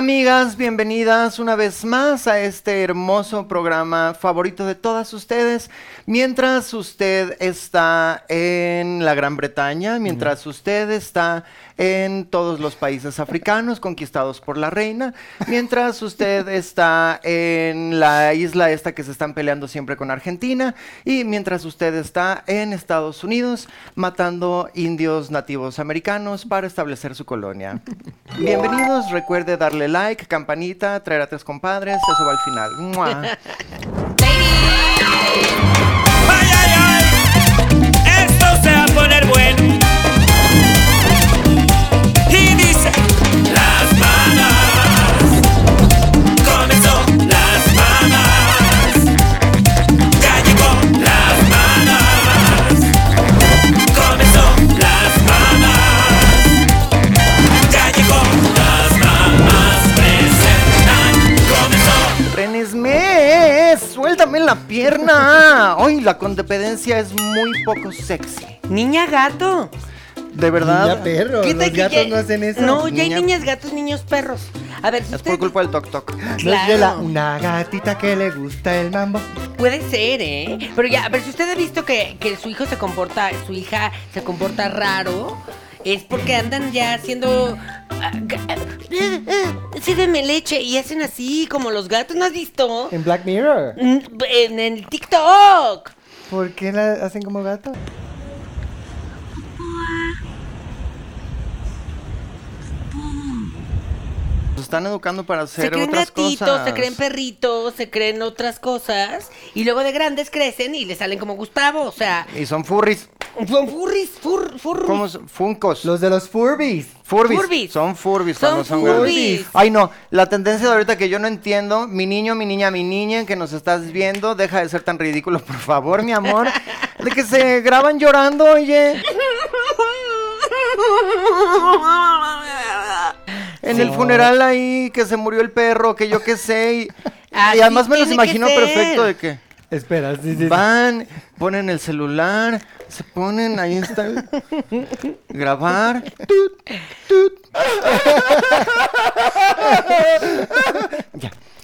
amigas, bienvenidas una vez más a este hermoso programa favorito de todas ustedes. Mientras usted está en la Gran Bretaña, mientras usted está en todos los países africanos conquistados por la reina, mientras usted está en la isla esta que se están peleando siempre con Argentina y mientras usted está en Estados Unidos matando indios nativos americanos para establecer su colonia. Bienvenidos, recuerde darle like, campanita, traer a tres compadres, eso va al final. ¡Mua! ¡Ay, ay, ay! Esto se va a poner bueno. Y dice: Las mamas. Comenzó las mamas. Ya llegó las mamas. Comenzó las mamas. Ya llegó las mamas. Presentan. Comenzó. ¡Frenesme! ¡Suéltame la pierna! ¡Ay, la condependencia es muy poco sexy! Niña gato. De verdad. Niña perro, ¿Qué tal los que gatos ya- no hacen eso. No, ya hay Niña- niñas gatos, niños perros. A ver, si Es usted- por culpa del toc toc. No es de la- Claro. una gatita que le gusta el mambo. puede ser, ¿eh? Pero ya, a ver, si usted ha visto que, que su hijo se comporta, su hija se comporta raro, es porque andan ya haciendo... ah, ga- eh, eh, Sírveme leche y hacen así como los gatos, ¿no has visto? En Black Mirror. Mm, En el TikTok. ¿Por qué la hacen como gato? Nos están educando para hacer Se creen otras gatitos, cosas. se creen perritos, se creen otras cosas. Y luego de grandes crecen y le salen como Gustavo. O sea, Y son furries. son furris, fur, furris. ¿Cómo? son? Funcos. Los de los Furbies. Furbies. Furbies. Son Furbies Son cuando son Furbies. grandes. Ay, no. La tendencia de ahorita que yo no entiendo, mi niño, mi niña, mi niña que nos estás viendo, deja de ser tan ridículo, por favor, mi amor. De que se graban llorando, oye. En el funeral ahí que se murió el perro, que yo qué sé. Y, Así y además me los tiene que imagino ser. perfecto de que Espera, sí, sí, sí. van, ponen el celular, se ponen, ahí está. grabar. tut, tut.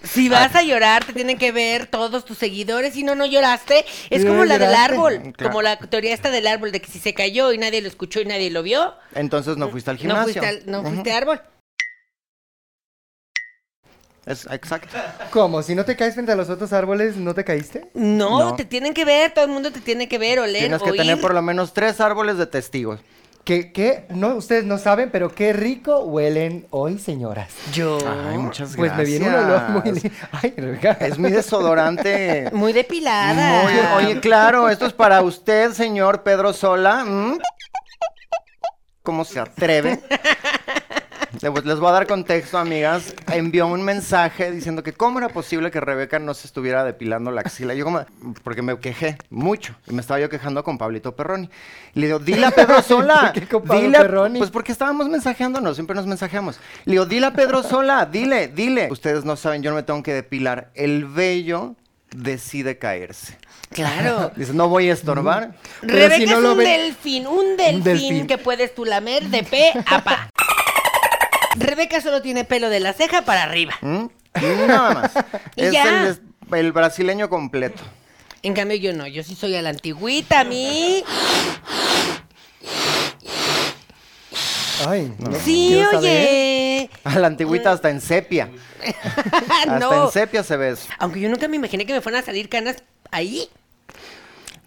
Si vas a llorar, te tienen que ver todos tus seguidores. Si no, no lloraste. Es Si no como la del lloraste. árbol. Claro. Como la teoría esta del árbol, de que si se cayó y nadie lo escuchó y nadie lo vio, Entonces no fuiste al no gimnasio. fuiste, al- no fuiste árbol. Es- exacto. ¿Cómo? Si no te caes frente a los otros árboles, ¿no te caíste? No, No. te tienen que ver, todo el mundo te tiene que ver, oler, Tienes que oír. tener por lo menos tres árboles de testigos. ¿Qué, qué? No, ustedes no saben, pero qué rico huelen hoy, señoras. Yo. Ay, muchas gracias. Pues me viene un olor muy... li- Ay, Rebeca. Es mi desodorante. Muy depilada. Muy- oye, claro, esto es para usted, señor Pedro Sola. ¿Mm? ¿Cómo se atreve? Le- pues, Les voy a dar contexto, amigas. Envió un mensaje diciendo que cómo era posible que Rebeca no se estuviera depilando la axila. Yo como, porque me quejé mucho. Y me estaba yo quejando con Pablito Perroni. Y le digo, dile a Pedro Sola. ¿Por qué con Pablo dile a- Perroni? Pues porque estábamos mensajeándonos, siempre nos mensajeamos. Le digo, dile a Pedro Sola, dile, dile. Ustedes no saben, yo no me tengo que depilar. El vello decide caerse. Claro. Dice, no voy a estorbar. Pero Rebeca si no es lo un ven- delfín, un delfín, delfín. que puedes tú lamer de pe a pa. Rebeca solo tiene pelo de la ceja para arriba. ¿Mm? Nada más. Y es ya. el, es- el brasileño completo. En cambio yo no, yo sí soy a la antigüita, a mí. Ay, no. Sí, quiero saber. oye. A la antigüita hasta en sepia. Hasta Ah, no. en sepia se ve eso. Aunque yo nunca me imaginé que me fueran a salir canas ahí.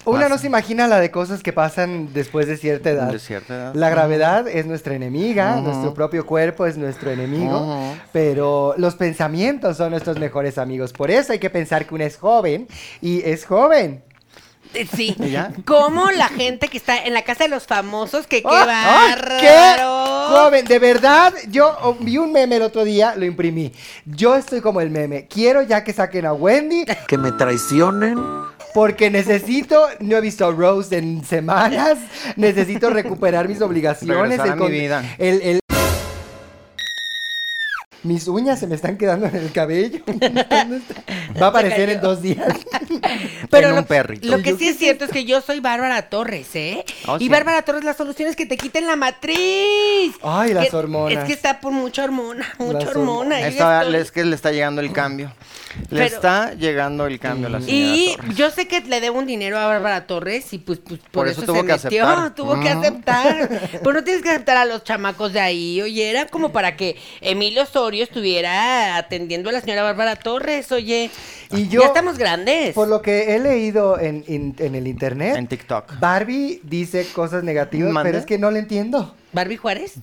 Una no Pasa. se imagina la de cosas que pasan después de cierta edad. De cierta edad. La gravedad es nuestra enemiga, nuestro propio cuerpo es nuestro enemigo, Ujú. pero los pensamientos son nuestros mejores amigos. Por eso hay que pensar que una es joven y es joven. Eh, Sí. ¿Y ya? Como la gente que está en la casa de los famosos, que qué ¡Ah! bárbaro. ¡Ah! ¡Qué joven! De verdad, yo oh, vi un meme el otro día, lo imprimí. Yo estoy como el meme. Quiero ya que saquen a Wendy que me traicionen. porque necesito, no he visto a Rose en semanas, necesito recuperar mis obligaciones. Regresar a mi con- vida. el- el- mis uñas se me están quedando en el cabello. Va a aparecer en dos días. Pero en un lo, perrito. lo que sí es cierto es que yo soy Bárbara Torres, ¿eh? Oh, y sí. Bárbara Torres, la solución es que te quiten la matriz. Ay, las Que- hormonas. Es que está por mucha hormona, mucha Las hormona. yo ya Está- estoy- es que le está llegando el cambio. Le Pero- está llegando el cambio a la señora Y Torres. yo sé que le debo un dinero a Bárbara Torres y pues, pues por, Por eso, eso tuvo se que metió, aceptar. Mm. tuvo que Ujú. aceptar. Pero no tienes que aceptar a los chamacos de ahí, oye, era como para que Emilio Osorio estuviera atendiendo a la señora Bárbara Torres, oye. Y yo- ya estamos grandes. Por lo que he leído en, en- en el internet. En TikTok. Barbie dice cosas negativas, ¿Mande? pero es que no le entiendo. Barbie Juárez,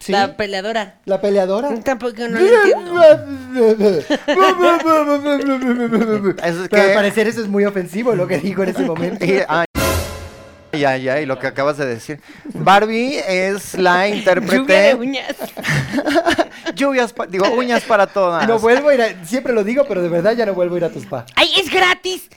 ¿Sí? Ah. la peleadora. ¿La peleadora? Tampoco no lo entiendo. Eso es Pero al que- parecer eso es muy ofensivo lo que dijo en ese momento. Y- ay, ay, ay, ay, lo que acabas de decir. Barbie es la Lluvia de intérprete. uñas. Lluvias, pa- digo, uñas para todas. No vuelvo a ir a, siempre lo digo, pero de verdad ya no vuelvo a ir a tus pa. ¡Ay, es gratis!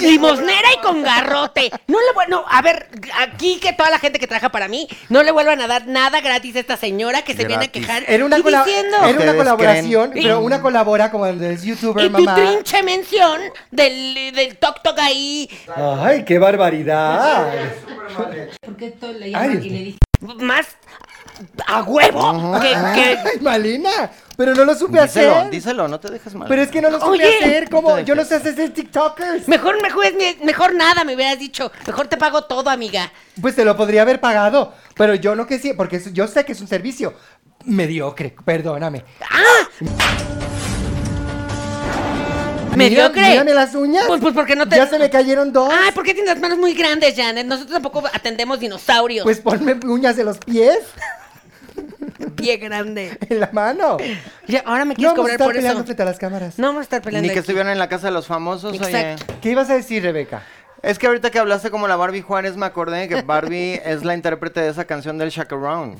Limosnera y con garrote. No le voy, no, a ver, aquí que toda la gente que trabaja para mí, no le vuelvan a dar nada gratis a esta señora que se viene a Gratis. quejar. Era una, y cola- diciendo, era una Ustedes colaboración, creen- pero una colabora como el del youtuber y tu mamá. trinche mención del, del toc toc ahí. Ay, qué barbaridad. Porque todo le llaman Ay. y le dije. Más a huevo que, que- Ay, Malena, pero no lo supe Díselo, hacer. díselo, no te dejes mal. Pero es que no lo supe Oye. hacer, No como te yo no sé hacer TikTokers. Mejor, mejor, es- mejor nada, me hubieras dicho. Mejor te pago todo, amiga. Pues te lo podría haber pagado, pero yo no que sí, porque es- yo sé que es un servicio mediocre, perdóname. Ah, Mira- Mediocre. Mírame las uñas. Pues, pues, porque no te. Ah, Ya se me cayeron dos. Ay, ¿por qué tienes las manos muy grandes, Janet? Nosotros tampoco atendemos dinosaurios. Pues ponme uñas en los pies, pie grande. en la mano. Ya, ahora me No quieres vamos a cobrar estar por peleando eso. frente a las cámaras. No vamos a estar peleando. Ni que aquí. estuvieron en la casa de los famosos, oye. Exacto. ¿Qué ibas a decir, Rebeca? Es que ahorita que hablaste como la Barbie Juárez, me acordé que Barbie es la intérprete de esa canción del Chacarón.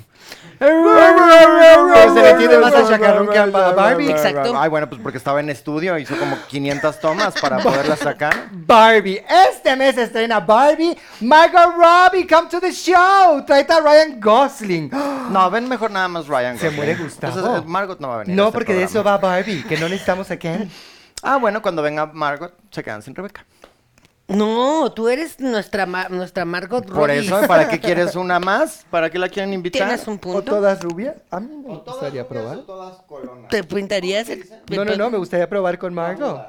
Pero se le tiene más a Chacarrón que a Barbie. Exacto. Ay, bueno, pues porque estaba en estudio, hizo como 500 tomas para poderla sacar. Barbie. Este mes estrena Barbie. Margot Robbie, come to the show. Trae a Ryan Gosling. No, ven mejor nada más Ryan. Se Gosling. muere Gustavo. Eso es- Margot no va a venir. a No, este porque de eso programa. va Barbie, que no necesitamos a Ken. Ah, bueno, cuando venga Margot, se quedan sin Rebeca. No, tú eres nuestra, ma- nuestra Margot Robbie. Por eso, ¿para qué quieres una más? ¿Para qué la quieren invitar? ¿Tienes un ¿O punto? todas rubias? A mí me gustaría probar. ¿Te pintarías el- No, no, no, me gustaría probar con Margot.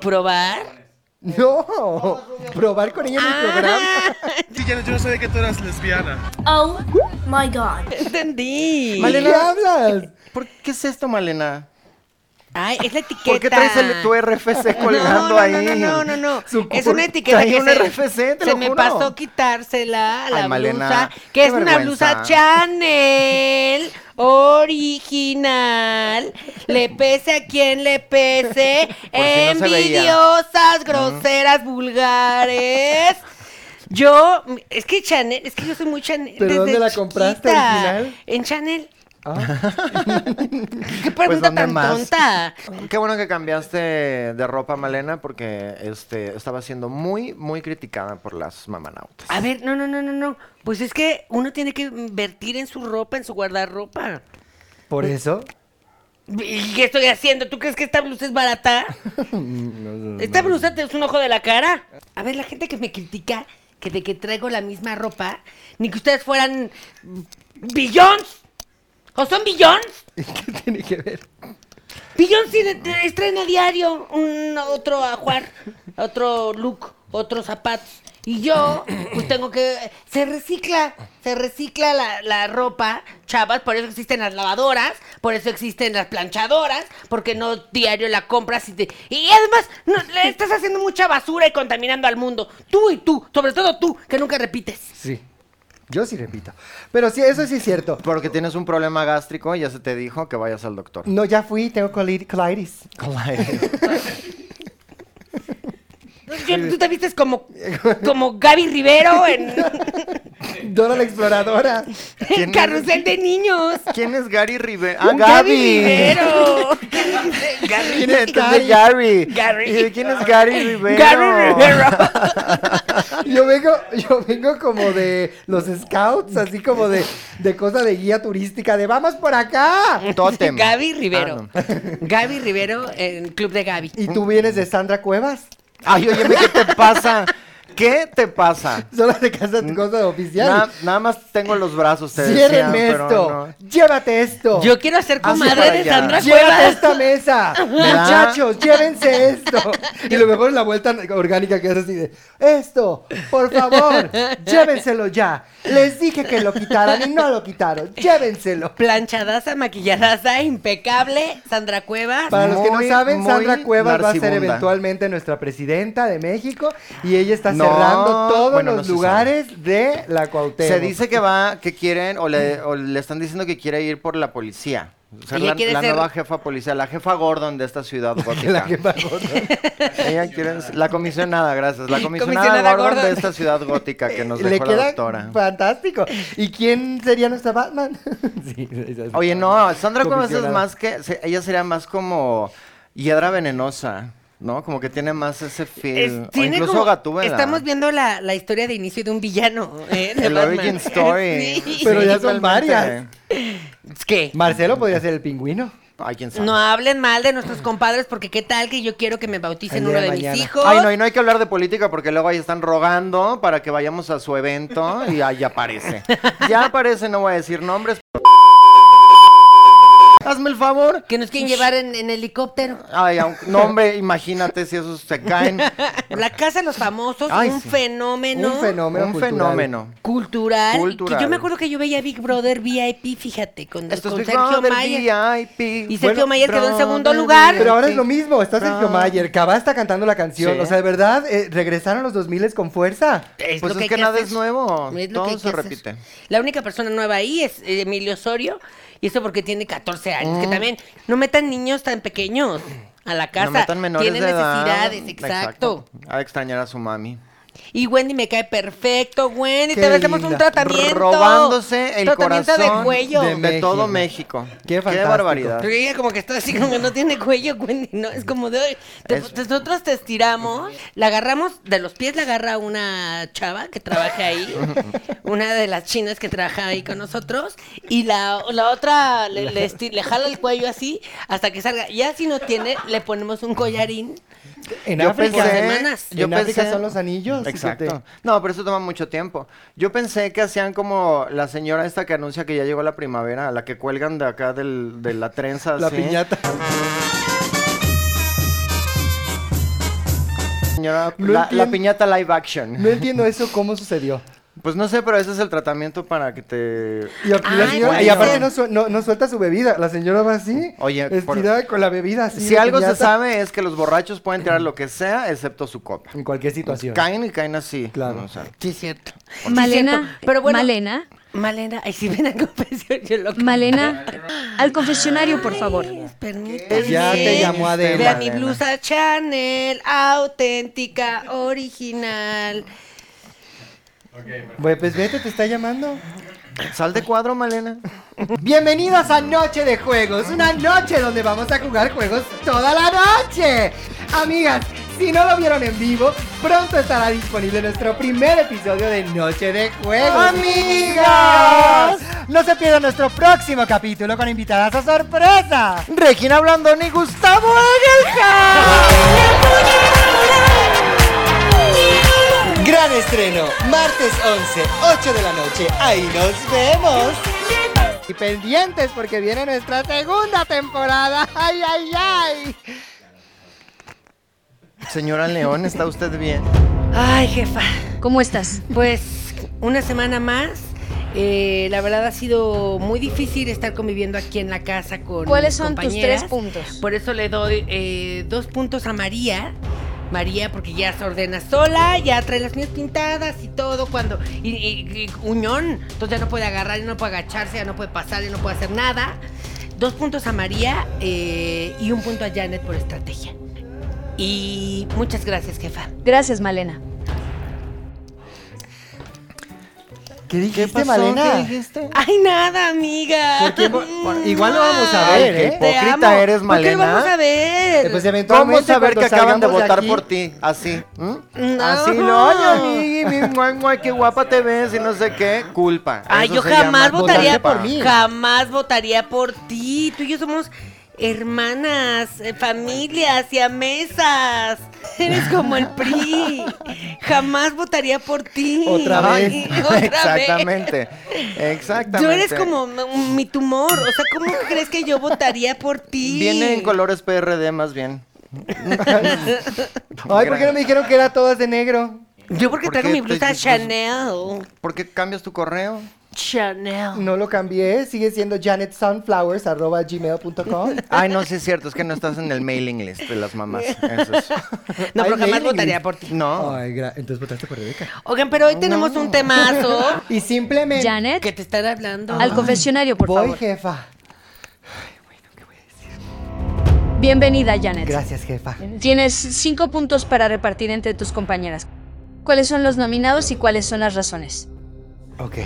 ¿Probar? No, probar con ella en el programa. yo no sabía que tú eras lesbiana. Oh my god. Entendí. ¿De qué hablas? ¿Por qué es esto, Malena? Ay, es la etiqueta. ¿Por qué traes el, tu RFC colgando no, no, ahí? No, no, no, no. Su Es cur- una etiqueta traía que un se, RFC, te se lo me juro. pasó quitársela a la Ay, Malena, blusa, qué que es una vergüenza. blusa Chanel original. Le pese a quien le pese, Por si no se veía. envidiosas, groseras, vulgares. Yo, es que Chanel, es que yo soy muy Chanel. ¿Pero desde dónde la compraste, chiquita. original? En Chanel. Ah, Qué pregunta Pues, ¿dónde tan más? tonta. Qué bueno que cambiaste de ropa, Malena, porque este, estaba siendo muy, muy criticada por las mamanautas. A ver, no, no, no, no, no. Pues es que uno tiene que invertir en su ropa, en su guardarropa. ¿Por eso? ¿Y qué estoy haciendo? ¿Tú crees que esta blusa es barata? esta blusa te es un ojo de la cara. A ver, la gente que me critica que de que traigo la misma ropa, ni que ustedes fueran billones. ¿O son billones? ¿Qué tiene que ver? Billones estrena diario un otro ajuar, otro look, otros zapatos. Y yo, pues tengo que. Se recicla, se recicla la, la ropa, chavas. Por eso existen las lavadoras, por eso existen las planchadoras, porque no diario la compras y te. Y además, no, le estás haciendo mucha basura y contaminando al mundo. Tú y tú, sobre todo tú, que nunca repites. Sí. Yo sí repito. Pero sí, eso sí es cierto. Porque tienes un problema gástrico y ya se te dijo que vayas al doctor. No, ya fui, tengo coli- colitis. Yo- tú te vistes como, como Gaby Rivero en, Dora la exploradora. ¿Quién en es? Carrusel de Niños. ¿Quién es Gary Rivera? ¡Ah, Un Gaby! Rivero. Gaby ¿Quién es entonces Gary? Gary. ¿Y de ¿Quién es Gary Rivera? Gary Rivero. Yo vengo, yo vengo como de los scouts, así como de, de cosa de guía turística, de vamos por acá. Tótem. Gaby Rivero. Ah, no. Gaby Rivero, el club de Gaby. Y tú vienes de Sandra Cuevas. Ay, óyeme, ¿qué te pasa? ¿Qué te pasa? Solo te casa tu cosa de Na- oficial. nada más tengo los brazos, te decía, Ciérrenme pero esto. no. Llévate esto. Yo quiero ser Oh. Hazlo comadre para de allá. Sandra Llévate Cuevas. esta mesa. ¿Verdad? Muchachos, llévense esto. Y lo mejor es la vuelta orgánica que es así de esto, por favor, llévenselo ya. Les dije que lo quitaran y no lo quitaron. Llévenselo. Planchadaza, maquilladaza, impecable, Sandra Cuevas. Para los que no Muy, saben, muy Sandra Cuevas va a ser narcibunda. eventualmente nuestra presidenta de México y ella está No, cerrando todos bueno, no los se lugares de la Cuauhtémoc. Se dice que va, que quieren, o le, o le están diciendo que quiere ir por la policía. O sea, Ella la, quiere la ser- nueva jefa policial, la jefa Gordon de esta ciudad gótica. la que pagó, ¿no? Ella quiere- la comisionada, gracias. La comisionada, Comisionada Gordon, Gordon. de esta ciudad gótica que nos Le dejó queda la doctora. fantástico. ¿Y quién sería nuestra Batman? Sí, esa es- Oye, no, Sandra Cuevas es Comisionada. más que, se- ella sería más como hiedra venenosa, ¿no? Como que tiene más ese Es- feel. eh, O tiene incluso como- Gatúbela. Estamos viendo la, la historia de inicio de un villano. ¿eh? de El Batman. origin story. Sí. Pero ya son totalmente. varias. ¿Qué? Marcelo podría ser el pingüino. Ay, quién sabe. No hablen mal de nuestros compadres porque qué tal que yo quiero que me El bauticen día uno de de mis mañana. hijos. Ay, no, y no hay que hablar de política porque luego ahí están rogando para que vayamos a su evento y ahí aparece. Ya aparece, no voy a decir nombres. Hazme el favor. Que nos quieren llevar en, en helicóptero. Ay, aunque- no, hombre, imagínate si esos se caen. La casa de los famosos, Ay, un sí. fenómeno. Un fenómeno. Un cultural. fenómeno. Cultural, Cultural. Que yo me acuerdo que yo veía Big Brother VIP, fíjate, con, Esto con es Big Sergio Brother, Mayer. VIP. Y Sergio Mayer quedó en segundo Brother, lugar. Pero ahora es VIP. lo mismo, está Sergio Brother. Mayer, Cabá está cantando la canción. Sí. O sea, de verdad, eh, regresaron los 2000 con fuerza. Pues lo es hay que nada hacer. es nuevo, Es lo todo que hay se que hacer. repite. La única persona nueva ahí es eh, Emilio Osorio, y eso porque tiene 14 años, que también no metan niños tan pequeños a la casa. Mm. No metan menores Tienen de edad. necesidades, exacto. A extrañar a su mami. Y Wendy me cae perfecto, Wendy, Qué te hacemos un linda. tratamiento. Robándose el tratamiento corazón de cuello. de, México. todo México. Qué fantástico. barbaridad. Pero ella como que está así como que no tiene cuello, Wendy, ¿no? Es como de... "Ay, te- Es- Nosotros te estiramos, la agarramos, de los pies la agarra una chava que trabaja ahí, una de las chinas que trabaja ahí con nosotros, y la, la otra le, le esti- le jala el cuello así hasta que salga. Ya si no tiene, le ponemos un collarín. En yo África. pensé, semanas. yo En África pensé- son los anillos, Exacto. fíjate. No, pero eso toma mucho tiempo. Yo pensé que hacían como la señora esta que anuncia que ya llegó la primavera, la que cuelgan de acá del- de la trenza. La así. piñata. Señora, No la, la entiendo. piñata live action. No entiendo eso, cómo sucedió. Pues no sé, pero ese es el tratamiento para que te... Y, ap- la Ay, señora- bueno. y aparte no, su- no- no suelta su bebida. La señora va así, Oye, por- estirada con la bebida. así, Si de algo se piñata, sabe es que los borrachos pueden tirar lo que sea excepto su copa. En cualquier situación. Caen y caen así. Claro. o sea. Sí, es cierto. Sí, cierto. Malena, Pero bueno, Malena, Malena, ay, si ven a confesión, yo lo Malena, al confesionario, por favor. Permítame. Ya te llamó Adela. Vean mi Adela. blusa Chanel, auténtica, original. Bueno, pues vete, te está llamando. Sal de cuadro, Malena. Bienvenidos a Noche de Juegos, una noche donde vamos a jugar juegos toda la noche. Amigas, si no lo vieron en vivo, pronto estará disponible nuestro primer episodio de Noche de Juegos. ¡Amigas! No se pierdan nuestro próximo capítulo con invitadas a sorpresa. Regina Blandón y Gustavo Gran estreno, martes 11, 8 de la noche. Ahí nos vemos. Y pendientes porque viene nuestra segunda temporada. ¡Ay, ay, ay! Señora León, ¿está usted bien? Ay, jefa. ¿Cómo estás? Pues una semana más. Eh, la verdad ha sido muy difícil estar conviviendo aquí en la casa con. ¿Cuáles mis son tus compañeras. tres puntos? Por eso le doy eh, dos puntos a María. María, porque ya se ordena sola, ya trae las uñas pintadas y todo cuando. Y, y- y uñón. Entonces ya no puede agarrar, ya no puede agacharse, ya no puede pasar, ya no puede hacer nada. Dos puntos a María eh, y un punto a Janet por estrategia. Y muchas gracias, jefa. Gracias, Malena. ¿Qué dijiste, ¿Qué pasó? Malena? ¿Qué dijiste? Ay, nada, amiga. ¿Por qué? Por- por- igual lo vamos a Ay, ver, qué ¿eh? Hipócrita te amo. eres, ¿Por qué lo Malena? vamos a ver? Eh, pues eventualmente Vamos a ver que cuando acaban de salgamos votar aquí- por ti, así. ¿m? No. Así, no, mi amigui, mi muay, muay, qué guapa te ves y no sé qué. Culpa. Ay, Eso yo se llama jamás culpa. votaría por mí. Jamás votaría por ti. Tú y yo somos hermanas, eh, familias y mesas. Eres como el PRI. Jamás votaría por ti. Otra Ay, vez. otra vez. Exactamente. Exactamente. Tú eres como m- mi tumor. O sea, ¿cómo crees que yo votaría por ti? Viene en colores PRD más bien. Ay, ¿por qué no me dijeron que era todas de negro? Yo porque ¿Por traigo qué mi te- blusa pues- Chanel. ¿Por qué cambias tu correo? Chanel. No lo cambié, sigue siendo janetsunflowers.gmail.com. Ay, no, sí es cierto, es que no estás en el mailing list de las mamás. Eso es. No, pero jamás Ay, mailing votaría list. por ti. No. Ay, gra- entonces votaste por Rebeca. Oigan, pero hoy tenemos un temazo. Y simplemente... que Janet, te están hablando. al confesionario, por Voy, favor. jefa. Bienvenida, Janet. Gracias, jefa. Tienes cinco puntos para repartir entre tus compañeras. ¿Cuáles son los nominados y cuáles son las razones? Ok.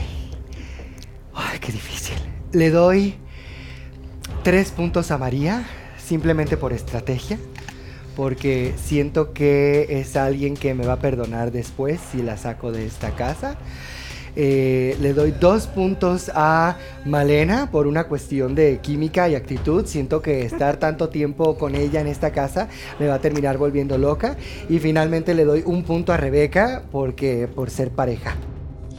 Ay, qué difícil. Le doy tres puntos a María, simplemente por estrategia, porque siento que es alguien que me va a perdonar después si la saco de esta casa. Eh, le doy dos puntos a Malena por una cuestión de química y actitud. Siento que estar tanto tiempo con ella en esta casa me va a terminar volviendo loca. Y finalmente le doy un punto a Rebeca porque por ser pareja.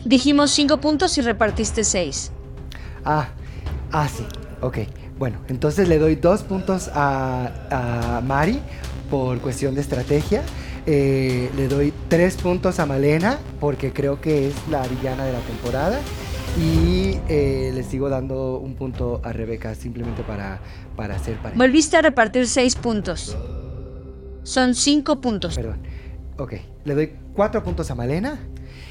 Dijimos cinco puntos y repartiste seis. Ah, ah, sí. Ok. Bueno, entonces le doy dos puntos a, a Mari por cuestión de estrategia. Eh, le doy tres puntos a Malena porque creo que es la villana de la temporada. Y eh, le sigo dando un punto a Rebeca simplemente para, para hacer pareja. Volviste a repartir seis puntos. Son cinco puntos. Perdón. Ok. Le doy cuatro puntos a Malena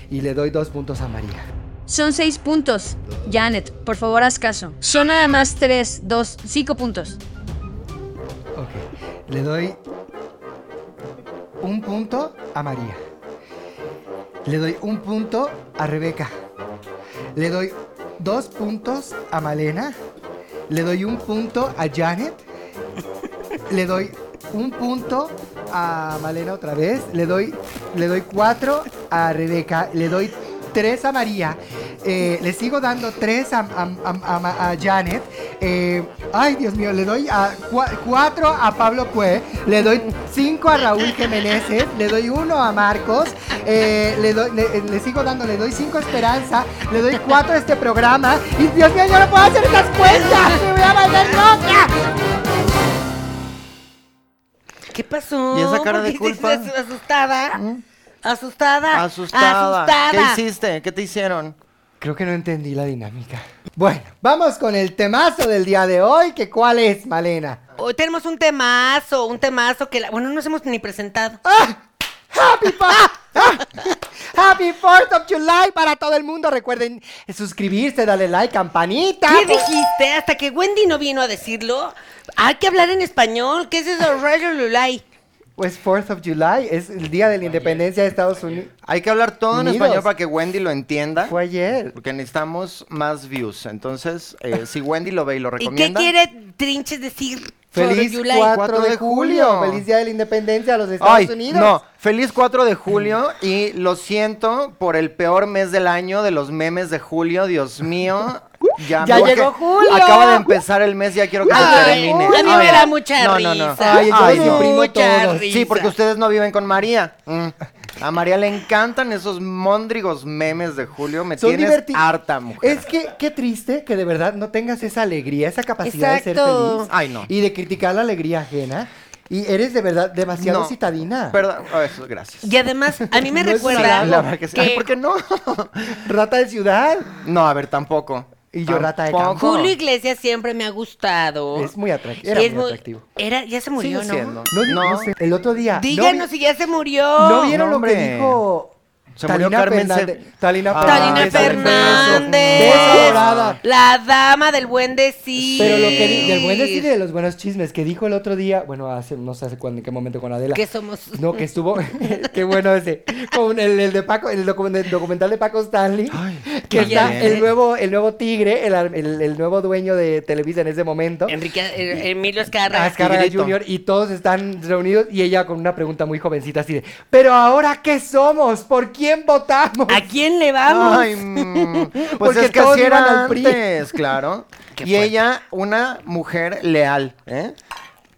y le doy dos puntos a María. Son seis puntos. Janet, por favor, haz caso. Son nada más tres, dos, cinco puntos. Ok, le doy un punto a María. Le doy un punto a Rebeca. Le doy dos puntos a Malena. Le doy un punto a Janet. Le doy un punto a Malena otra vez. Le doy, le doy cuatro a Rebeca. Le doy tres a María. Eh, le sigo dando tres a, a- a- a- a Janet. Eh, ay, Dios mío, le doy a cua- cuatro a Pablo Cue. Le doy cinco a Raúl Jiménez. Le doy uno a Marcos. Eh, le, doy- le- le sigo dando, le doy cinco a Esperanza. Le doy cuatro a este programa. Y Dios mío, yo no puedo hacer estas cuentas. Me voy a volver loca. ¿Qué pasó? ¿Y esa cara ¿Por de qué culpa? ¿Mm? estás Asustada. Asustada. Asustada. Asustada. ¿Qué hiciste? ¿Qué te hicieron? Creo que no entendí la dinámica. Bueno, vamos con el temazo del día de hoy, que cuál es, Malena. Hoy tenemos un temazo, un temazo que, la- bueno, no nos hemos ni presentado. ¡Ah! ¡Happy, Fourth- ¡Ah! Happy 4th of July para todo el mundo. Recuerden suscribirse, darle like, campanita. ¿Qué dijiste? Hasta que Wendy no vino a decirlo. Hay que hablar en español. ¿Qué es eso? Rayo Lulay. Pues 4th of July es el día de la independencia de Estados Unidos. Hay que hablar todo en Unidos. español para que Wendy lo entienda. Fue ayer. Porque necesitamos más views. Entonces, eh, si Wendy lo ve y lo ¿Y qué recomienda. quiere Trinches decir sobre Feliz Yulai? 4 de julio. julio. Feliz día de la independencia de los Estados Ay, Unidos. no, feliz 4 de julio y lo siento por el peor mes del año de los memes de julio, Dios mío. Ya, Ya me- llegó julio. Acaba de empezar el mes, ya quiero que se Ay, termine. a mí me ver. da mucha No, no, no. risa. Ay, yo Ay, los no. imprimo Mucha todos. risa. Sí, porque ustedes no viven con María. Mm. A María le encantan esos móndrigos memes de julio. Me Son tienes diverti- harta, mujer. Es que qué triste que de verdad no tengas esa alegría, esa capacidad de ser Exacto. feliz. Ay, no. Y de criticar la alegría ajena. Y eres de verdad demasiado No. citadina. Perdón, oh, eso, gracias. Y además, a mí me No es recuerda Sí, la verdad que sí. Ay, que ¿Por qué no? Rata de ciudad. No, a ver, tampoco. Y yo, rata de campo. Tampoco. Julio Iglesias siempre me ha gustado. Es muy atrac- Y era es muy atractivo. Ah, Era, ya se murió, Sigue ¿no? siendo. No, di- No. no sé, El otro día. Díganos ¿no, vi- si ya se murió. ¿no vieron No, lo que hombre. dijo Se murió Carmen Se- Fernández. Talina Ah, Talina Carmen Fernández. Beso dorada. La dama del buen decir. Pero lo que di- del buen decir y de los buenos chismes que dijo el otro día, bueno, hace, no sé hace cuándo, en qué momento con Adela. Que somos. No, que estuvo. qué bueno ese. Con el, el de Paco, el, docu- el documental de Paco Stanley. que qué está bien. el nuevo, el nuevo tigre, el, ar- el- el nuevo dueño de Televisa en ese momento. Enrique, eh, Emilio Escarra. Ah, Azcárraga Tigrito. Jr. y todos están reunidos y ella con una pregunta muy jovencita así de ¿Pero ahora qué somos? ¿Por quién votamos? ¿A quién le vamos? Ay, mm, pues Porque es que todos así iban era al PRI. antes, claro. Qué y fuerte. ella, una mujer leal, ¿eh?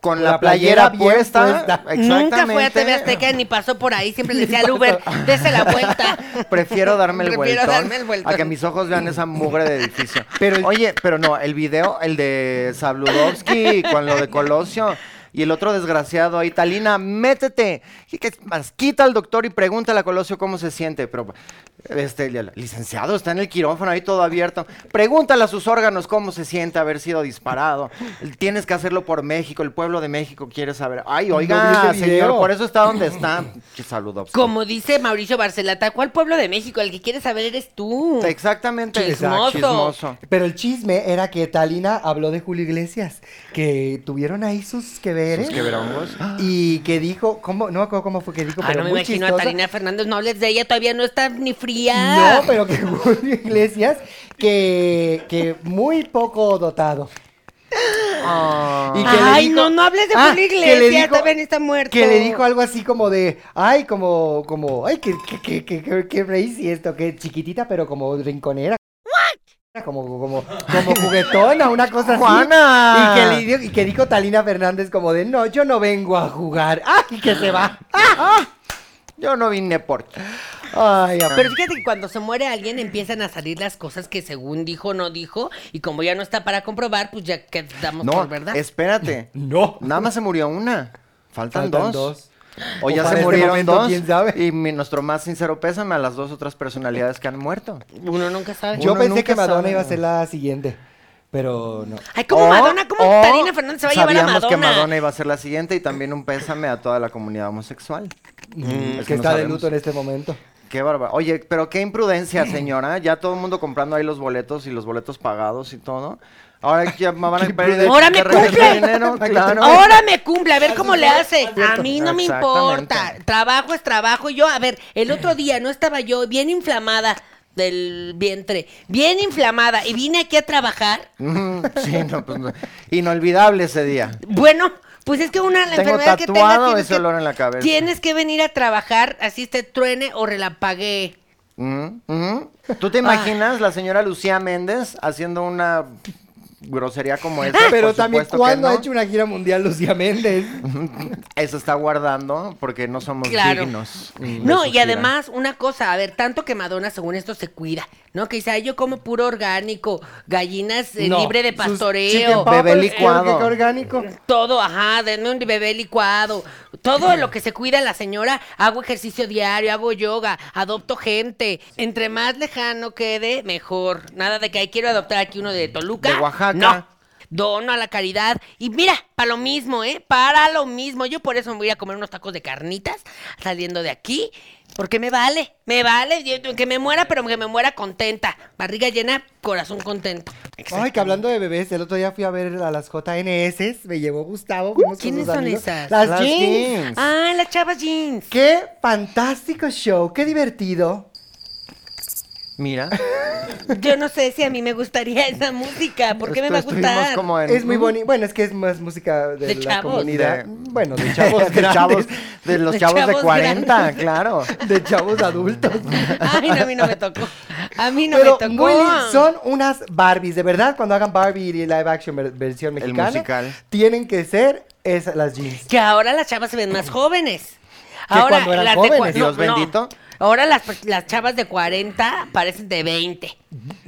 Con la, la playera, playera bien puesta. puesta. Exactamente. Nunca fue a TV Azteca ni pasó por ahí. Siempre le decía al Uber, dese la vuelta. Prefiero darme el Prefiero vueltón darme el vueltón. a que mis ojos vean esa mugre de edificio. Pero- Oye, pero no, el video, el de Sabludowski con lo de Colosio y el otro desgraciado ahí, Talina, métete. Y que más, quita al doctor y pregúntale a Colosio cómo se siente. Pero, este, el licenciado está en el quirófano ahí todo abierto. Pregúntale a sus órganos cómo se siente haber sido disparado. Tienes que hacerlo por México, el pueblo de México quiere saber. Ay, No oiga, vi ese señor, video. por eso está donde está. Che, Sabludowski. Como dice Mauricio Barcelata, ¿cuál pueblo de México? El que quiere saber eres tú. Exactamente. Chismoso. Chismoso. Pero el chisme era que Talina habló de Julio Iglesias, que tuvieron ahí sus que veres. Sus queverongos. Y que dijo, ¿cómo? No me acuerdo cómo fue que dijo, Ah, pero no me muy imagino a chistosa. Tarina Fernández. No hables de ella, todavía no está ni fría. Ah. No, pero que Julio Iglesias, que, que muy poco dotado. Ah. Y que le Ay, dijo- no, no hables de Ah, Julio que le Iglesias, dijo- también está muerto. Que le dijo algo así como de, ay, como, como, ay, que, que, que, que, que, que crazy esto, que chiquitita, pero como rinconera. Como, como, como juguetona, una cosa así. Juana. Y que, le dio- y que dijo Talina Fernández como de, no, yo no vengo a jugar. ¡Ay, que se va! Yo no vine por ti. Ay, a- Pero fíjate que cuando se muere alguien empiezan a salir las cosas que según dijo no dijo y como ya no está para comprobar, pues ya quedamos No, por verdad. espérate. No. Nada más se murió una. Faltan, dos. Faltan dos. O O ya para se este murieron momento, dos. quién sabe. Y mi- nuestro más sincero pésame a las dos otras personalidades que han muerto. Uno nunca sabe. Yo Uno pensé nunca que Madonna sabe. iba a ser la siguiente, pero no. Ay, como O- Madonna, como o Tarina Fernández se va a llevar a Sabíamos oh, Madonna. que Madonna iba a ser la siguiente y también un pésame a toda la comunidad homosexual. Mm, es que no que está de sabemos. luto en este momento. Qué bárbaro. Oye, pero qué imprudencia, señora. Ya todo el mundo comprando ahí los boletos y los boletos pagados y todo. Ahora ya me van a pedir Ahora me que regrese cumple. el dinero, claro. Ahora me cumple, a ver cómo le hace. A mí no me Exactamente. importa. Trabajo es trabajo. Yo, a ver, el otro día no estaba yo bien inflamada del vientre, bien inflamada y vine aquí a trabajar. Mm, sí, no, pues, no. Inolvidable ese día. Bueno, pues es que una la Tengo enfermedad que tengas tatuado tienes ese que- olor en la cabeza. Tienes que venir a trabajar, así te truene o relampaguee. Mm, mm. ¿Tú Ah. te imaginas la señora Lucía Méndez haciendo una grosería Ah, como esa? Pero Por también, supuesto que ¿cuándo ha no. hecho una gira mundial Lucía Méndez? Eso está guardando porque no somos Claro. dignos. de No, su y gira. además, una cosa, a ver, tanto que Madonna, según esto, se cuida, ¿no? Que dice, "Ay, yo como puro orgánico, gallinas eh, No, libre de sus chicken pastoreo. poppers, Bebé creo licuado. que qué orgánico. Todo, ajá, denme un bebé licuado. Todo lo que se cuida la señora, hago ejercicio diario, hago yoga, adopto gente. Entre más lejano quede, mejor. Nada de que ay, quiero adoptar aquí uno de Toluca. De Oaxaca. No. Dono a la caridad. Y mira, para lo mismo, ¿eh? Para lo mismo. Yo por eso me voy a comer unos tacos de carnitas saliendo de aquí. Porque me vale, me vale. Yo- Que me muera, pero que me muera contenta. Barriga llena, corazón contento. Ay, que hablando de bebés, el otro día fui a ver a las JNS, me llevó Uh, Gustavo. fuimos con ¿Quiénes sus son amigos. esas? Las, Las jeans. jeans. Ah, las chavas jeans. Qué fantástico show, qué divertido. Mira, Yo no sé si a mí me gustaría esa música. ¿Por qué me va a estu- estuvimos gustar? como en- es muy bonito. Bueno, es que es más música de, De la chavos. comunidad. mm. De- Bueno, de chavos de chavos, grandes, de los De chavos, de chavos 40, claro. de chavos adultos. Ay, no, a mí no me tocó. A mí no Pero me tocó. muy lin- son unas Barbies, de verdad, cuando hagan Barbie y live action ver- versión mexicana, musical. tienen que ser esas, las jeans. Que ahora las chavas se ven más jóvenes. Que cuando eran cua- jóvenes, Dios bendito. Ahora las, las chavas de 40 parecen de 20.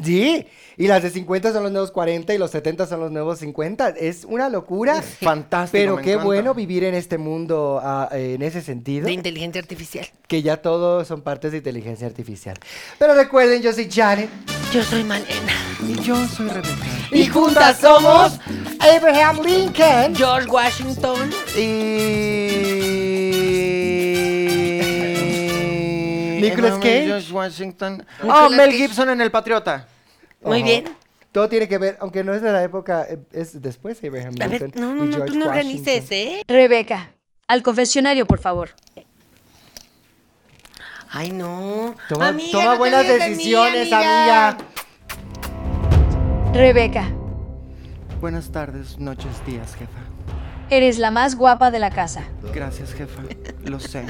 Sí, y las de 50 son los nuevos 40 y los 70 son los nuevos 50. Es una locura. Fantástico, Pero me qué encanta. bueno vivir en este mundo ah, eh, en ese sentido, De inteligencia artificial. que ya todos son partes de inteligencia artificial. Pero recuerden, yo soy Janet. Yo soy Malena. Y yo soy Rebeca. Y juntas somos Abraham Lincoln. George Washington. Y... Nicolas ¿Sabes qué? George Washington. Nicolas Oh, Mel Cage. Gibson en El Patriota. Muy Ajá. bien. Todo tiene que ver, aunque no es de la época, eh, es después de Abraham A Lincoln. ver, no, y no, no, George tú no Washington. organices, ¿eh? Rebeca, al confesionario, por favor. Ay, no. Toma, Amiga, toma no te buenas olvides de mí, decisiones, amiga. Rebeca, Buenas tardes, noches, días, jefa. eres la más guapa de la casa. Gracias, jefa. Lo sé.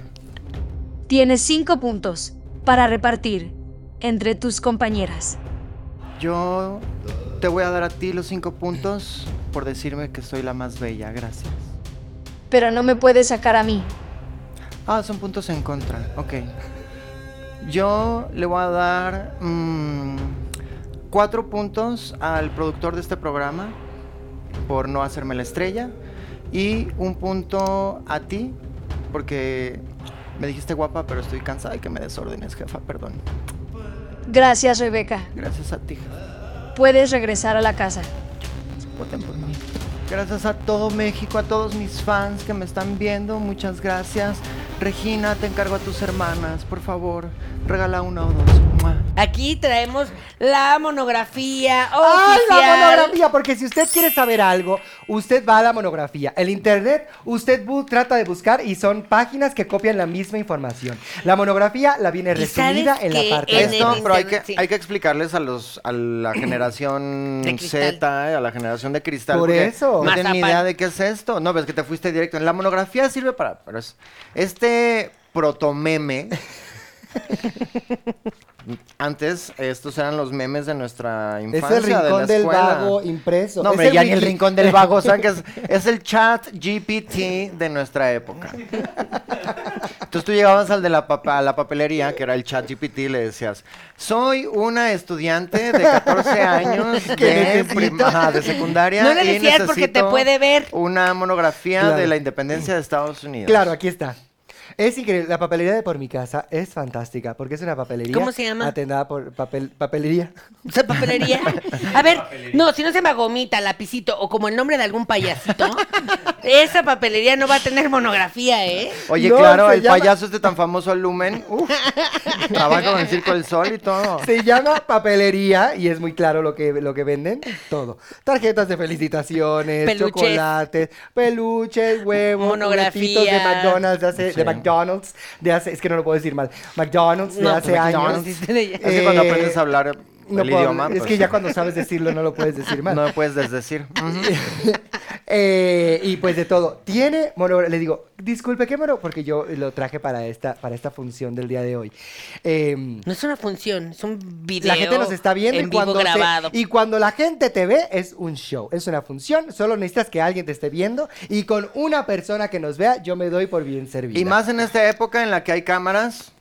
Tienes cinco puntos para repartir entre tus compañeras. Yo te voy a dar a ti los cinco puntos por decirme que soy la más bella. Gracias. Pero no me puedes sacar a mí. Ah, son puntos en contra. Ok. Yo le voy a dar mm, cuatro puntos al productor de este programa por no hacerme la estrella y un punto a ti porque me dijiste guapa, pero estoy cansada y que me desórdenes, jefa. Perdón. Gracias, Rebeca. Gracias a ti, jefa. Puedes regresar a la casa. Voten por mí. Gracias a todo México, a todos mis fans que me están viendo. Muchas gracias. Regina, te encargo a tus hermanas. Por favor, regala una o dos. Mua. Aquí traemos la monografía oficial. ¡Ay, ¡Ah, la monografía! Porque si usted quiere saber algo, usted va a la monografía. El internet, usted bu- trata de buscar y son páginas que copian la misma información. La monografía la viene ¿Y resumida sabes en la qué? parte En de el Esto, atrás. pero hay que, internet, sí. hay que explicarles a los a la generación De cristal. Z, eh, a la generación de cristal. Por porque eso. No tienen ni Mazapán. idea de qué es esto. No, ves que te fuiste directo. En la monografía sirve para. Pero es, este protomeme. Antes, estos eran los memes de nuestra Es infancia. el de la rincón del escuela. vago impreso. No, Es hombre, ya ni el wiki. rincón del vago. o sea, que es, es el chat GPT de nuestra época. Entonces tú llegabas al de la, papa- a la papelería, que era el chat GPT, y le decías, soy una estudiante de 14 años de, prim- ajá, de secundaria. No le y decías porque te necesito puede ver". Una monografía Claro. de la independencia de Estados Unidos. Claro, aquí está. Es increíble. La papelería de por mi casa es fantástica porque es una papelería. ¿Cómo se llama? Atendada por papel, papelería. O sea, papelería. A ver, no, si no se llama gomita, lapicito o como el nombre de algún payasito, esa papelería no va a tener monografía, ¿eh? Oye, No, claro, se el llama- payaso este tan famoso Lumen, uf, trabaja con el Circo del Sol y todo. Se llama papelería y es muy claro lo que, lo que venden. Todo. Tarjetas de felicitaciones, Peluches. chocolates, peluches, huevos, Monografías. juguetitos de McDonald's de hace, Sí. de McDonald's de hace, es que no lo puedo decir mal. McDonald's de No, hace pues, años. McDonald's, dice ella. Así cuando Eh, aprendes a hablar no el puedo idioma. hablar. es pues, que ya cuando sabes decirlo no lo puedes decir mal. No me puedes desdecir. Ujú. Eh, y pues de todo. Tiene monografía. Le digo, disculpe, ¿qué mono? Porque yo lo traje para esta, para esta función del día de hoy. Em, No es una función, es un video. la gente nos está viendo en y vivo cuando, se- grabado. y cuando la gente te ve es un show, es una función, solo necesitas que alguien te esté viendo y con una persona que nos vea yo me doy por bien servido. Y más en esta época en la que hay cámaras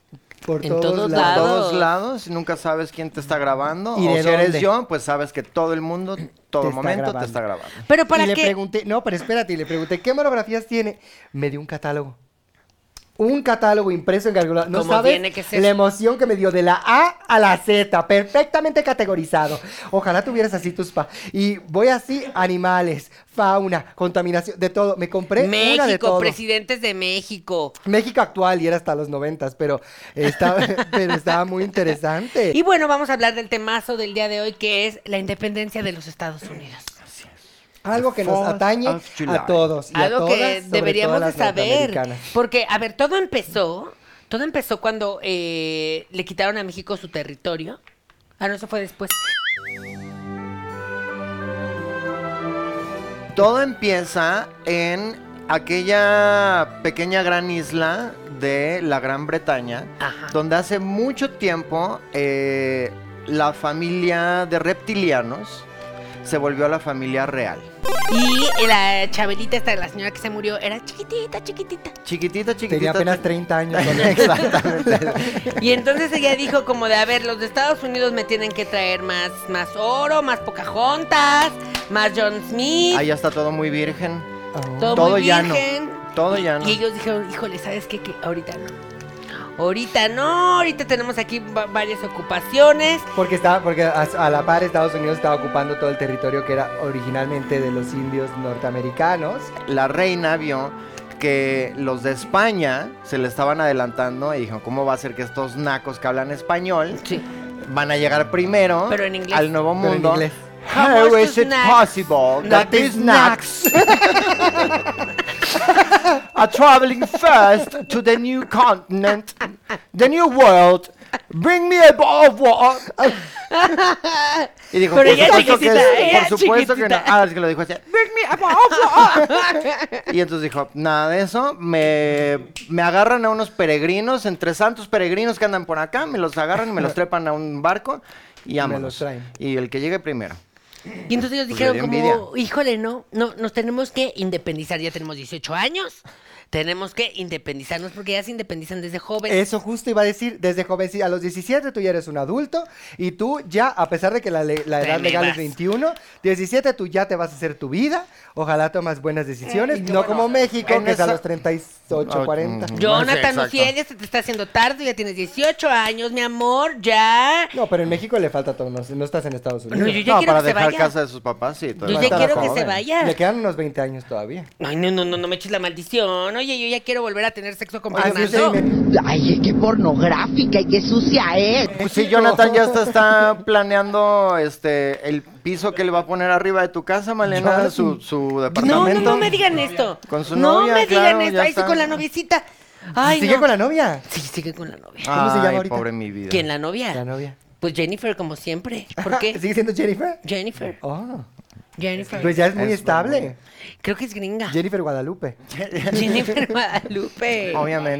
por en todos, todos por lados. todos lados, y nunca sabes quién te está grabando. ¿Y o de si eres dónde? yo, pues sabes que todo el mundo, todo está momento grabando. te está grabando. Pero y para le que pregunté, no, pero espérate, y le pregunté, ¿qué monografías tiene? Me dio un catálogo. Un catálogo impreso en calculadora. No Como sabes tiene que ser. la emoción que me dio de la A a la Z, perfectamente categorizado. Ojalá tuvieras así tus pa. Y voy así, animales, fauna, contaminación, de todo. Me compré una de México, todo. presidentes de México. México actual y era hasta los noventas, pero estaba, pero estaba muy interesante. Y bueno, vamos a hablar del temazo del día de hoy, que es la independencia de los Estados Unidos. Algo que nos Fourth atañe of July. a todos y a Algo todas, que sobre deberíamos todo a de las saber. norteamericanas. Porque, a ver, todo empezó, todo empezó cuando eh, le quitaron a México su territorio. Ah, no, eso fue después. Todo empieza en aquella pequeña gran isla de la Gran Bretaña, Ajá. donde hace mucho tiempo eh, la familia de reptilianos se volvió la familia real. Y la chabelita esta de la señora que se murió era chiquitita, chiquitita. Chiquitita, chiquitita. Tenía apenas chi- 30 años. cuando- Exactamente. Y entonces ella dijo como de, a ver, los de Estados Unidos me tienen que traer más, más oro, más Pocahontas, más John Smith, Ahí ya está todo muy virgen. todo, todo muy llano, virgen. todo llano. Y ellos dijeron, híjole, ¿sabes qué? Que ahorita no. Ahorita no, ahorita tenemos aquí va- varias ocupaciones. Porque, estaba, porque a, a la par Estados Unidos estaba ocupando todo el territorio que era originalmente de los indios norteamericanos. La reina vio porque los de España se le estaban adelantando y dijeron, ¿cómo va a ser que estos nacos que hablan español Sí. van a llegar primero Pero en inglés. al nuevo Pero en mundo? inglés. How How is is it snacks? possible that Not these snacks. snacks are traveling first to the new continent, the new world? Bring me a bowl of water. Y dijo, Pero por ella supuesto que, chiquitita, ella por supuesto que no. chiquitita. Ah, es que lo dijo así. Y entonces dijo, nada de eso, me, me agarran a unos peregrinos, entre santos peregrinos que andan por acá, me los agarran y me los trepan a un barco y los vámonos. traen. Y el que llegue primero. Y entonces ellos Pues le dijeron dio como, híjole, no, no, nos tenemos que independizar, ya tenemos 18 años, tenemos que independizarnos porque ya se independizan desde jóvenes. Eso justo iba a decir, desde jovencito, a los 17 tú ya eres un adulto y tú ya, a pesar de que la, le- la Te edad me legal vas. es 21, 17 tú ya te vas a hacer tu vida, ojalá tomas buenas decisiones, no como México, en que es a esa- los 38, Ah, 40. mm. Jonathan, Sí, no exacto. ciegues, se te está haciendo tarde, ya tienes 18 años, mi amor, ya. No, pero en México le falta todo, no, no estás en Estados No, Unidos. yo ya quiero para que se dejar vaya. casa de sus papás, sí. Yo todavía ya está quiero que joven. se vaya. Le quedan unos 20 años todavía. Ay, no, no, no, no me eches la maldición. Oye, yo ya quiero volver a tener sexo con Oye, sí, Fernando. sí, me- Ay, qué pornográfica y qué sucia es. Pues sí, Jonathan ya está, está planeando este el piso que le va a poner arriba de tu casa, Malena, Jonathan. su, su No, no, departamento. no me digan esto. Con su no novia, me digan claro, esto. ya Ahí sí está. con la noviecita. Ay, ¿Sigue no. con la novia? Sí, sigue con la novia. ¿Cómo se llama Ay, ahorita? pobre mi vida. ¿Quién, la novia? La novia. Pues Jennifer, como siempre. ¿Por qué? ¿Sigue siendo Jennifer? Jennifer. Oh, Jennifer. pues ya es muy Es- estable. Creo que es gringa. Jennifer Guadalupe. Jennifer Guadalupe.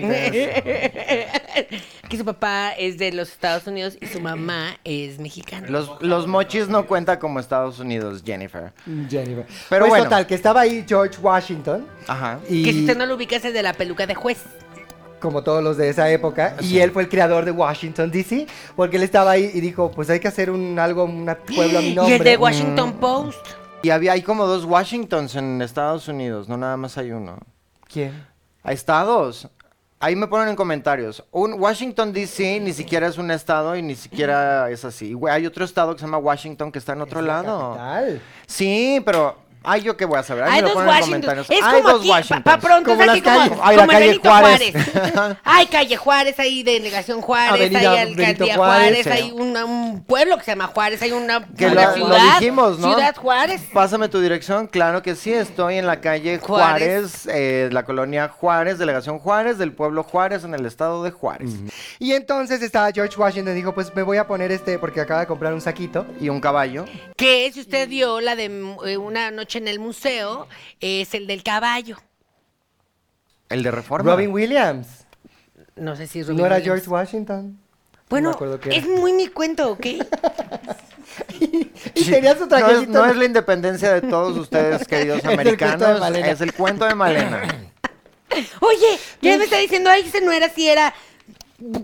Obviamente. que su papá es de los Estados Unidos y su mamá es mexicana. Los, los mochis no cuenta como Estados Unidos, Jennifer. Jennifer. Pero pues bueno. total, que estaba ahí George Washington. Ajá. Y Que si usted no lo ubica es el de la peluca de juez. como todos los de esa época, y él fue el creador de Washington DC, porque él estaba ahí y dijo, pues hay que hacer un algo, un pueblo a mi Y nombre. el de Mm. Washington Post. Y había, hay como dos Washingtons en Estados Unidos, no nada más hay uno. Mm, ¿Quién? Hay estados. Ahí me ponen en comentarios. Un Washington DC ni siquiera es un estado y ni siquiera es así. Y, güey, Hay otro estado que se llama Washington que está en otro lado. Capital. Sí, pero. Ay, yo qué voy a saber. Ahí Hay me lo dos ponen en Washington. comentarios. Es Hay como dos aquí, pa- pa, Washingtons. pronto, Como es las aquí como, calles. Ay, como la calle Benito Juárez. Juárez. hay calle Juárez, hay delegación Juárez, Avenida hay Benito alcaldía Juárez, Juárez, hay sí. una- un pueblo que se llama Juárez, hay una, Que una lo, lo ciudad. dijimos, ¿no? Ciudad Juárez. Pásame tu dirección, claro que sí, estoy en la calle Juárez. Juárez, eh, la colonia Juárez, delegación Juárez, del pueblo Juárez, en el estado de Juárez. Y entonces estaba George Washington y dijo, pues me voy a poner este, porque acaba de comprar un saquito. Y un caballo. Que si usted vio la de mm, eh, una noche en el museo, es el del caballo. El de reforma. Robin Williams. No sé si es no Robin era Williams. George Washington. Bueno, me acuerdo qué es era. muy mi cuento, ¿ok? Y Sí. tenía su no es, trajecito. no es la independencia de todos ustedes, queridos Es el cuento de americanos. Malena. Es el cuento de Malena. Oye, ya me está diciendo, ay, ese no era así, era...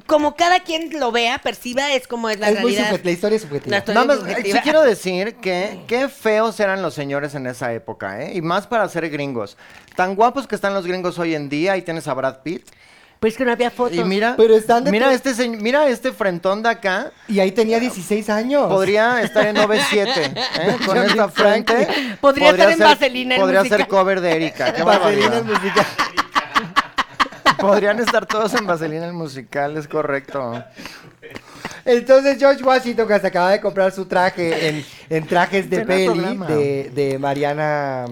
Como cada quien lo vea, perciba, es como es la Es muy realidad. subjet- la historia es subjetiva. La- Estoy Nada más, subjetiva. eh, sí quiero decir que qué feos eran los señores en esa época, ¿eh? Y más para ser gringos. Tan guapos que están los gringos hoy en día. Ahí tienes a Brad Pitt. Pero es que no había fotos. Y mira, Pero están de mira, todo- este, señ- mira este frentón de acá. Y ahí tenía 16 años. Podría estar en 9-7, ¿eh? con Johnny esta frente. Franklin. Podría estar en Vaselina, en Podría musical. ser cover de Erika. qué Vaselina barbaridad. en musical. Podrían estar todos en Vaselina el musical, es correcto. Entonces George Washington que se acaba de comprar su traje en, en trajes de Ven al peli programa. de, de Mariana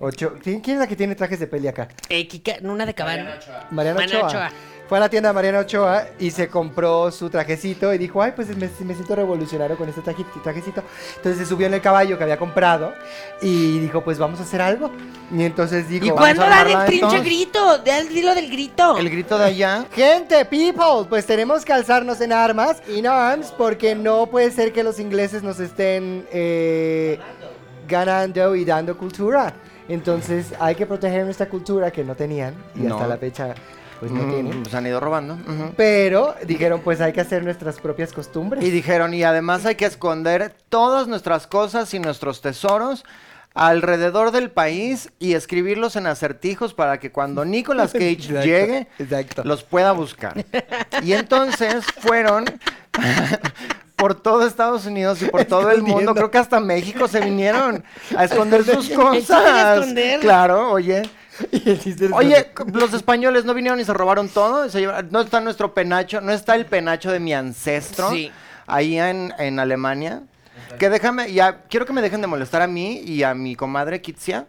Ochoa. ¿Quién quién es la que tiene trajes de peli acá? Eh, Kika, Nuna de Cabana. Mariana Mariana Ochoa. Ochoa. Fue a la tienda de Mariana Ochoa y se compró su trajecito y dijo, ay, pues me, me siento revolucionario con este traje- trajecito. Entonces se subió en el caballo que había comprado y dijo, pues vamos a hacer algo. Y entonces dijo, ¿Y "Vamos cuándo a dan armarla el pinche entonces". grito? Da el dilo del grito. El grito de allá. Gente, people, pues tenemos que alzarnos en armas y no arms porque no puede ser que los ingleses nos estén eh, ganando y dando cultura. Entonces hay que proteger nuestra cultura que no tenían y No. hasta la fecha pues no Mm, tienen. pues han ido robando. ujú. Pero dijeron pues hay que hacer nuestras propias costumbres. Y dijeron, y además hay que esconder todas nuestras cosas y nuestros tesoros alrededor del país y escribirlos en acertijos para que cuando Nicolas Cage Exacto, llegue, exacto. los pueda buscar. Y entonces fueron por todo Estados Unidos y por todo el mundo, Escondiendo. creo que hasta México se vinieron a esconder sus Hay que cosas. esconder. Claro, oye. Y el chiste es- Oye, los españoles no vinieron y se robaron todo. ¿Se llevaron- no está nuestro penacho, no está el penacho de mi ancestro. Sí. Ahí en, en Alemania. Que déjame, ya, quiero que me dejen de molestar a mí y a mi comadre Kitsia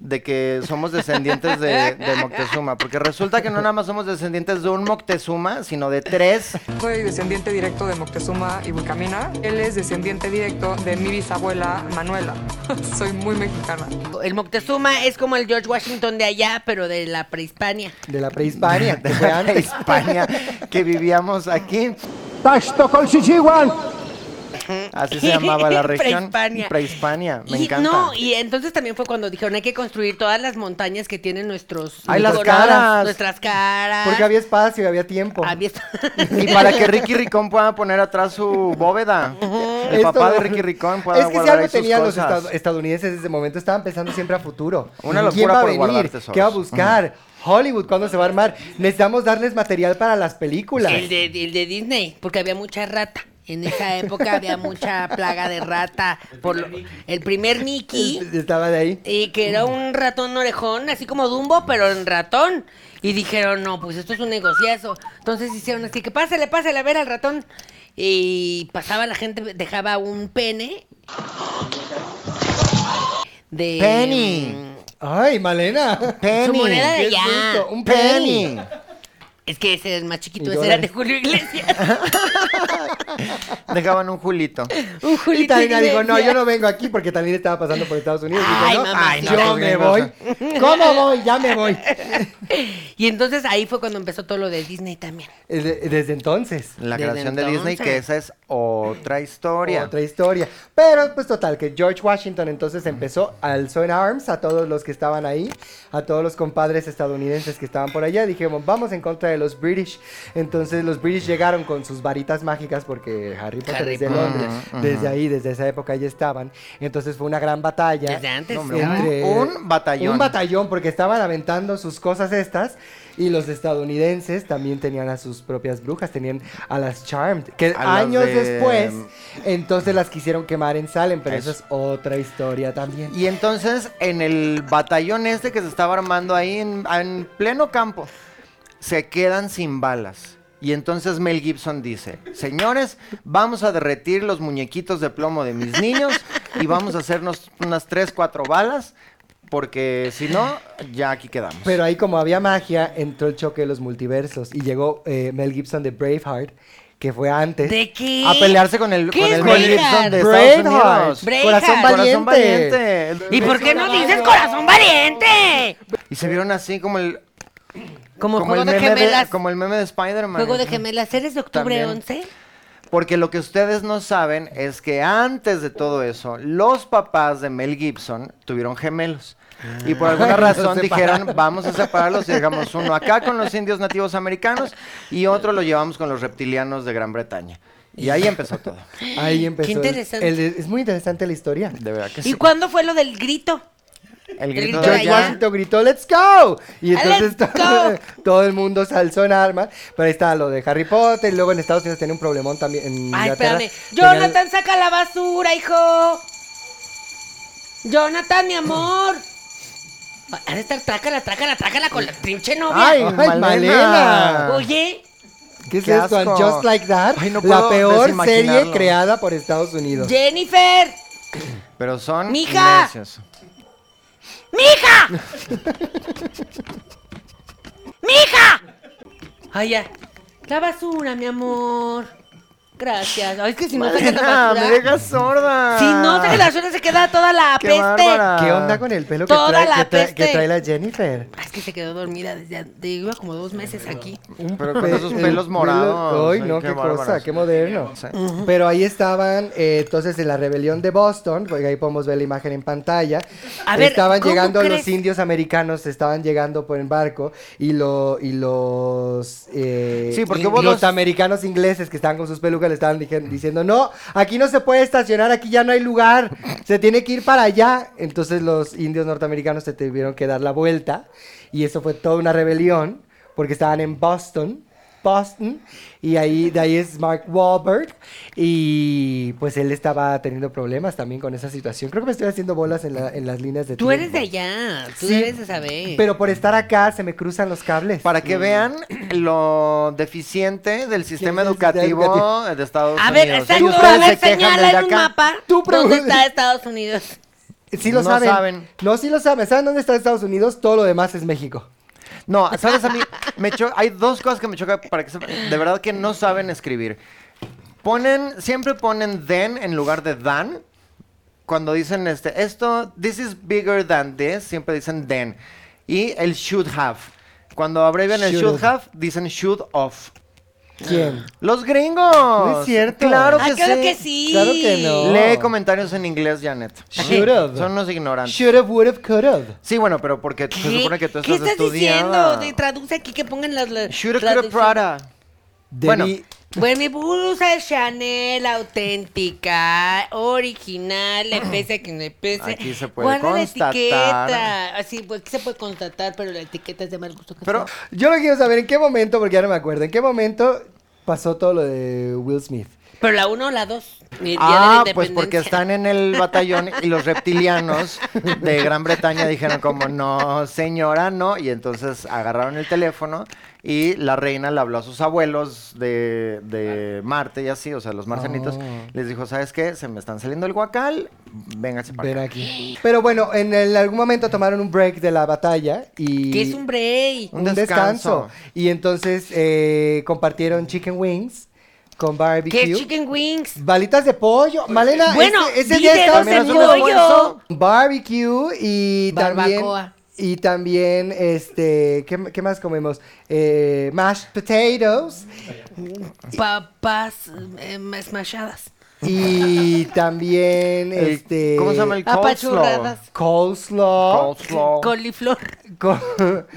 de que somos descendientes de, de Moctezuma. Porque resulta que no nada más somos descendientes de un Moctezuma, sino de tres. Soy descendiente directo de Moctezuma y Huicamina. Él es descendiente directo de mi bisabuela Manuela. Soy muy mexicana. El Moctezuma es como el George Washington de allá, pero de la prehispania. De la prehispania, que de fue la antes. España que vivíamos aquí. Así se llamaba la región. Prehispania. Prehispania, me Y- encanta. No, y entonces también fue cuando dijeron, hay que construir todas las montañas que tienen nuestros... Ay, las nuestros- caras. Nuestras caras. Porque había espacio, había tiempo. Había- Y para que Ricky Ricón pueda poner atrás su bóveda. El Esto- papá de Ricky Ricón pueda Es que si guardar algo ahí sus tenían los cosas. estad- estadounidenses desde el momento, estaban pensando siempre a futuro. Una ¿Quién locura va a por guardar venir? tesoros. ¿Qué va a buscar? Hollywood, ¿cuándo se va a armar? Necesitamos darles material para las películas. El de, el de Disney, porque había mucha rata. En esa época había mucha plaga de rata. Por lo- el primer Mickey. Estaba de ahí. Y que era un ratón orejón, así como Dumbo, pero en ratón. Y dijeron, no, pues esto es un negociazo. Entonces hicieron así que pásale, pásale a ver al ratón. Y pasaba la gente, dejaba un pene. De. mm, Penny. Ay, Malena. Penny. moneda de Qué allá. susto, Un penny. Penny. Es que ese es más chiquito, Y ese era de dólares. Julio Iglesias. Dejaban un Julito. Un Julio Y Talina dijo, no, Iglesias. yo no vengo aquí porque Talina estaba pasando por Estados Unidos. Dijo, Ay, no, mamacita. yo Ay, me no, voy. ¿Cómo voy? Ya me voy. Y entonces ahí fue cuando empezó todo lo de Disney también. Desde desde entonces. La Desde creación de Disney, que entonces. esa es otra historia. Otra historia. Pero pues total, que George Washington entonces empezó, alzó en arms a todos los que estaban ahí, a todos los compadres estadounidenses que estaban por allá. Dijimos, vamos en contra de los British. Entonces los British llegaron con sus varitas mágicas porque Harry Potter Harry es de Potter. Londres. Desde ahí, desde esa época ya estaban. Entonces fue una gran batalla. Desde antes, No, hombre, ¿no? entre- Un batallón. Un batallón, porque estaban aventando sus cosas estas. Y los estadounidenses también tenían a sus propias brujas, tenían a las Charmed, que A las años de- después, entonces las quisieron quemar en Salem, pero eso, Eso. es otra historia también. Y entonces, en el batallón este que se estaba armando ahí en, en pleno campo, se quedan sin balas. Y entonces Mel Gibson dice, señores, vamos a derretir los muñequitos de plomo de mis niños y vamos a hacernos unas 3, 4 balas, porque si no, ya aquí quedamos. Pero ahí como había magia, entró el choque de los multiversos y llegó eh, Mel Gibson de Braveheart, que fue antes. ¿De qué? a pelearse con el, ¿Qué con el es Mel Braveheart? Gibson de Estados Braveheart, Unidos. Braveheart. corazón Corazón valiente. valiente. ¿Y por qué no dices corazón valiente? Y se vieron así como el, Como, como juego el, de meme, de, gemelas. como el meme de Spider-Man. Juego de gemelas. ¿Eres de octubre También. 11? Porque lo que ustedes no saben es que antes de todo eso, los papás de Mel Gibson tuvieron gemelos. Y por alguna Ah, Los razón separaron. dijeron, vamos a separarlos y dejamos uno acá con los indios nativos americanos y otro lo llevamos con los reptilianos de Gran Bretaña. Y ahí empezó todo. Ahí empezó. el- interesante. el- es muy interesante la historia. De verdad que ¿Y sí. cuándo fue lo del grito? El grito grito de de George allá? allá. Washington gritó ¡Let's go! Y ¡Let's entonces to- go! todo, el mundo se alzó en armas. Pero ahí estaba lo de Harry Potter. Y luego en Estados Unidos tenía un problemón también. En Ay, Inglaterra espérame. tenía- Jonathan, saca la basura, hijo. Jonathan, mi amor. Ha de estar trácala, trácala, trácala con la pinche novia. Ay, Ay, Malena. Malena. Oye, ¿Qué es Qué esto? And asco. Just Like That. Ay, no puedo la peor serie desimaginarlo. creada por Estados Unidos. Jennifer. Pero son Mija. necios. ¡Mija! ¡Mija! Ay, ya. La basura, mi amor. Gracias. Ay, es que si no sacas la Malena, me basura. dejas sorda. Si no sacas la basura, se queda toda la Qué peste. bárbara. ¿Qué onda con el pelo que Toda trae, la que, trae, peste. que trae la Jennifer? Ah, Es que se quedó dormida desde a- de- iba como dos meses aquí. Pero con esos El pelos pelo- morados. Ay, no, qué, cosa, bárbaros. qué moderno. Pero ahí estaban, eh, entonces, en la rebelión de Boston, porque ahí podemos ver la imagen en pantalla. A ver, estaban ¿cómo llegando crees? los indios americanos, estaban llegando por el barco y, lo, y los eh, Sí, porque in- hubo dos- norteamericanos ingleses que estaban con sus pelucas le estaban dijen- diciendo, no, aquí no se puede estacionar, aquí ya no hay lugar, se tiene que ir para allá. Entonces los indios norteamericanos se tuvieron que dar la vuelta y eso fue toda una rebelión porque estaban en Boston Boston y ahí de ahí es Mark Wahlberg y pues él estaba teniendo problemas también con esa situación. Creo que me estoy haciendo bolas en, la- en las líneas de Tú eres de tiempo. allá, tú Sí, debes de saber. Pero por estar acá se me cruzan los cables. Para que vean lo deficiente del sistema es el educativo educativo? de Estados a ver, Unidos. exacto, Ustedes a ver, se quejan señala desde en un acá. mapa Tú dónde pregunta- está Estados Unidos. Sí lo No saben. saben. No, sí lo saben. ¿Saben dónde está Estados Unidos? Todo lo demás es México. No, sabes a mí, me cho- hay dos cosas que me chocan para que sepan, de verdad que no saben escribir. Ponen, siempre ponen then en lugar de dan. Cuando dicen este, esto, this is bigger than this, siempre dicen then. Y el should have. Cuando abrevian el Should. should have, dicen should of. ¿Quién? Los gringos. No es cierto. Claro que Ah, claro que sí. sí. Claro que no. Lee comentarios en inglés, Janet. Should have. Son unos ignorantes. Should have, would have, could have. Sí, bueno, pero porque ¿Qué? se supone que tú ¿Qué estás, estás estudiando. diciendo? Te traduce aquí que pongan las... las Should have, could have, traducciones. Prada. Bueno. Debí- Bueno, mi blusa es Chanel auténtica, original, le pese a quien le pese. Aquí se puede Guarda constatar. la etiqueta. Así, pues, aquí se puede constatar, pero la etiqueta es de mal gusto. que Pero- sea. Yo lo quiero saber en qué momento, porque ya no me acuerdo, en qué momento pasó todo lo de Will Smith. pero la uno o la dos. el día de la Ah, pues porque independencia. están en el batallón y los reptilianos de Gran Bretaña dijeron como, no, señora, no. Y entonces agarraron el teléfono y la reina le habló a sus abuelos de, de Marte y así, o sea, los marcianitos. Ah. Les dijo, ¿sabes qué? Se me están saliendo el guacal, vénganse para Ven acá. aquí. Pero bueno, en el- algún momento tomaron un break de la batalla y... Que es un break. Un un descanso. descanso. Y entonces eh, compartieron chicken wings con barbecue. Que es Chicken Wings. Balitas de pollo. Malena, Bueno, ese, ese di día de estaba dos en haciendo pollo. almuerzo, Barbecue y también. Barbacoa. Y también, este, ¿qué, qué más comemos? Eh, mashed potatoes. Papas eh, smashadas. Y El- también, este. ¿Cómo se llama el coleslaw? Apachurradas. Coleslaw. Coleslaw. Coliflor. co-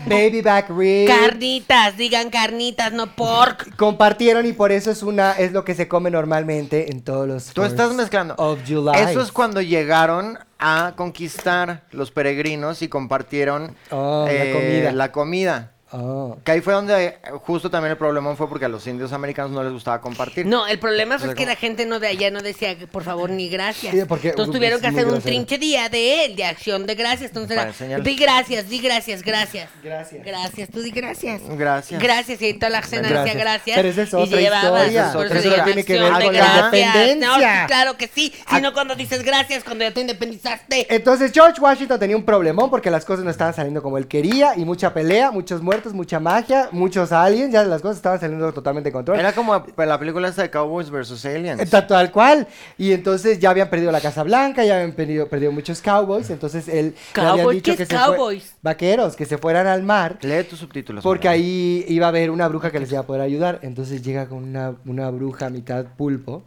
baby back ribs. Carnitas, digan carnitas, no pork. Compartieron y por eso es una es lo que se come normalmente en todos los. Tú estás 4th mezclando. Of July. Eso es cuando llegaron a conquistar los peregrinos y compartieron eh, Oh, la comida. la comida. Oh. Que ahí fue donde eh, justo también el problemón fue porque a los indios americanos no les gustaba compartir. No, eh, el problema es que la gente no de allá no decía, por favor, ni gracias. Sí, porque pues, Entonces es tuvieron que muy hacer un grosero. trinche día de él, de acción de gracias. Entonces Para era, enseñar. di gracias, di gracias, gracias. Gracias. Gracias, tú di gracias. Gracias. Gracias, y ahí toda la cena decía Gracias. gracias. Pero esa es y otra llevaba, historia. por Eso se no llama tiene que ver acción de con la gracias. independencia. No, sí, claro que sí. Sino cuando dices gracias, cuando ya te independizaste. Eh. Entonces George Washington tenía un problemón porque las cosas no estaban saliendo como él quería y mucha pelea, muchos muertos, mucha magia, muchos aliens, ya las cosas estaban saliendo totalmente de control. Era como la película esta de Cowboys vs. Aliens. Eh, ta- Tal cual. Y entonces ya habían perdido la Casa Blanca, ya habían perdido, perdido muchos cowboys. Entonces él le habían Cowboy, dicho ¿qué que es se fue- cowboys? vaqueros, que se fueran al mar. Lee tus subtítulos. Porque hombre. ahí iba a haber una bruja que les iba a poder ayudar. Entonces llega con una, una bruja mitad pulpo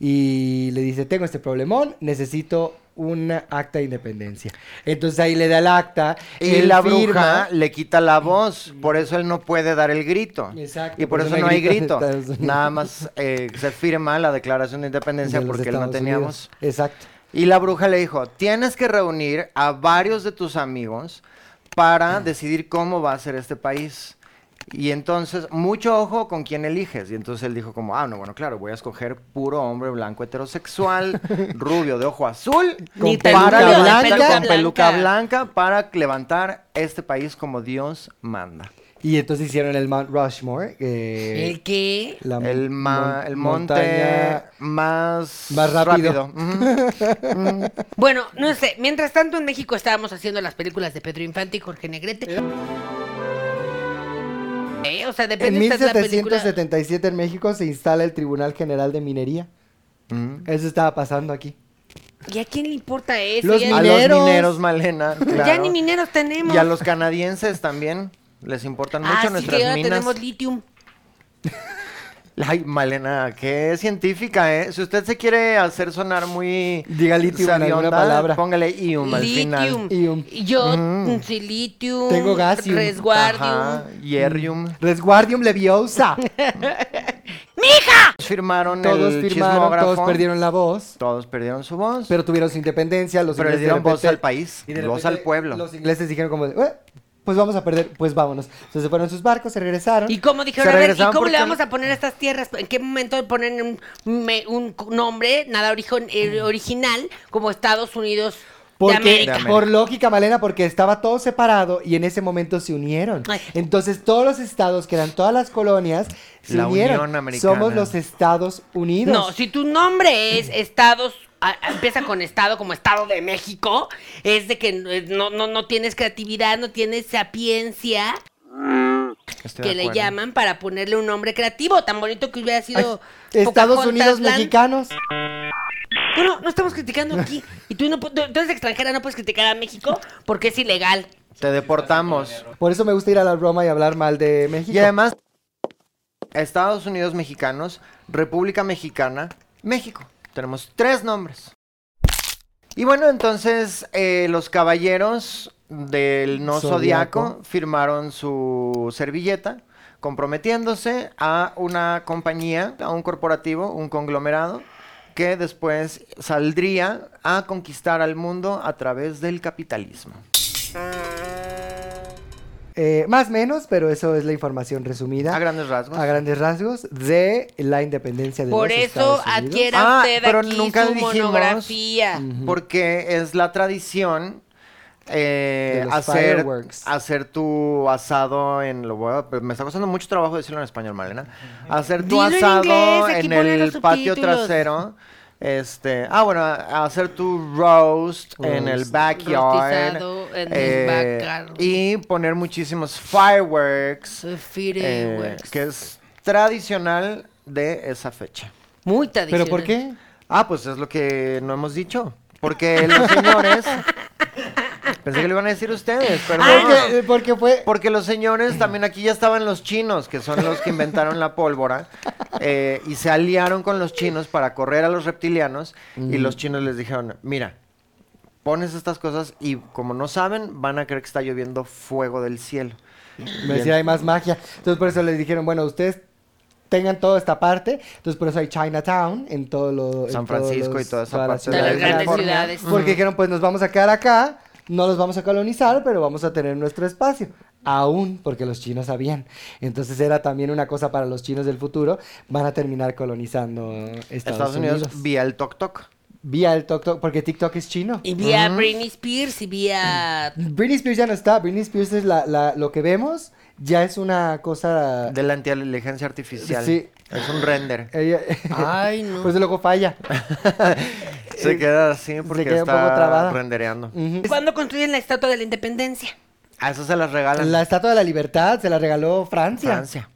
y le dice, tengo este problemón, necesito un acta de independencia. Entonces ahí le da el acta. Y él la firma, bruja le quita la voz, por eso él no puede dar el grito. Exacto, y por, eso, por eso no no hay hay grito. grito en Estados Unidos. Nada más eh, se firma la declaración de independencia de los porque él no Estados tenía Unidos. voz. Exacto. Y la bruja le dijo, tienes que reunir a varios de tus amigos para decidir cómo va a ser este país. Y entonces, mucho ojo con quién eliges. Y entonces él dijo como, ah, no, bueno, claro, voy a escoger puro hombre blanco heterosexual, rubio de ojo azul, Ni para peluca levantar- blanca. con peluca blanca, para levantar este país como Dios manda. Y entonces hicieron el Mount Rushmore. eh, ¿El qué? la el, ma- mon- el monte montaña- más, más rápido. Ujú. Bueno, no sé. Mientras tanto, en México estábamos haciendo las películas de Pedro Infante y Jorge Negrete. Eh, o sea, En depende si estás la película. 1777 en México se instala el Tribunal General de Minería. Mm. Eso estaba pasando aquí. ¿Y a quién le importa eso? Los ya, A Mineros. los mineros, Malena. ya claro. ni mineros tenemos. Y a los canadienses también. Les importan mucho Ah, sí, nuestras que ahora minas. tenemos litium. Ay, Malena, qué científica, ¿eh? Si usted se quiere hacer sonar muy. Diga litio en alguna sabionda, palabra. Póngale ium al Litium. final. Ium. Yo, mm, sí, litium. Tengo gasium. Ajá, Resguardium. hierrium. Mm. Resguardium Leviosa. Firmaron todos el firmaron, chismógrafo. todos perdieron la voz, Todos perdieron su voz. Pero, pero tuvieron su independencia. Los le ingleses de dieron voz repente- al país, y de voz repente al pueblo. Los ingleses dijeron como, de, "Eh, pues vamos a perder, pues vámonos. Entonces se fueron sus barcos, se regresaron. ¿Y cómo Se dijeron? A ver, ¿y regresaban cómo le porque- vamos a poner a estas tierras? ¿En qué momento ponen un, me- un cu- nombre, nada origen- eh, original, como Estados Unidos Porque, de América? De América. por lógica, Malena, porque estaba todo separado y en ese momento se unieron. Ay. Entonces todos los estados, que eran todas las colonias, se La unieron. Unión Americana. Somos los Estados Unidos. No, si tu nombre es Estados, a- a- empieza con Estado como Estado de México, es de que eh, no, no, no tienes creatividad, no tienes sapiencia Estoy de que le acuerdo. llaman para ponerle un nombre creativo, tan bonito que hubiera Ay, sido Estados Pocahontas Unidos Land. mexicanos. Bueno, no estamos criticando aquí. Y tú no pu- tú- tú eres extranjera, no puedes criticar a México porque es ilegal. Te deportamos. Por eso me gusta ir a la Roma y hablar mal de México. Y además, Estados Unidos mexicanos, República Mexicana, México. Tenemos tres nombres. Y bueno, entonces eh, los caballeros del no Zodiaco. zodiaco. firmaron su servilleta comprometiéndose a una compañía, a un corporativo, un conglomerado que después saldría a conquistar al mundo a través del capitalismo. Eh, más menos, pero eso es la información resumida. A grandes rasgos. a grandes rasgos de la independencia de Por los eso Estados Unidos. adquiera Ah, usted pero aquí nunca su dijimos- monografía. porque es la tradición eh, De los hacer, fireworks. hacer tu asado en lo voy a- me está costando mucho trabajo decirlo en español Malena hacer tu Dilo en asado inglés, aquí en ponen los el patio subtítulos. trasero este ah bueno a- hacer tu roast, en el Roast. backyard eh, Rostizado en el backyard. y poner muchísimos fireworks Soy eh, fireworks. que es tradicional de esa fecha Muy ¿Pero tradicional. por qué? Ah, pues es lo que no hemos dicho. Porque los señores. Pensé que lo iban a decir ustedes, perdón. Porque, Ah, eh, porque fue... Porque los señores, también aquí ya estaban los chinos, que son los que inventaron la pólvora, eh, y se aliaron con los chinos para correr a los reptilianos, Mm. y los chinos les dijeron, mira, pones estas cosas y como no saben, van a creer que está lloviendo fuego del cielo. Me decía, hay más magia. Entonces por eso les dijeron, bueno, ustedes tengan toda esta parte. Entonces por eso hay Chinatown en todo lo... en San todos Francisco los- y toda esa todas parte de ciudades las grandes California. ciudades. Porque dijeron, pues nos vamos a quedar acá, no los vamos a colonizar, pero vamos a tener nuestro espacio. Aún porque los chinos sabían. Entonces era también una cosa para los chinos del futuro. Van a terminar colonizando Estados, Estados Unidos. Unidos, vía el toc toc. Vía el TikTok, porque TikTok es chino. Y vi a Britney Spears y vi a... Britney Spears ya no está. Britney Spears es la, la- lo que vemos, ya es una cosa. De la inteligencia artificial. Sí. Es un render. Ella- Ay, no. Pues luego falla. Se queda así porque Eh, queda un está poco trabada. rendereando. Ujú. ¿Cuándo construyen la Estatua de la Independencia? A eso se las regalan. La estatua de la libertad se la regaló Francia. Francia.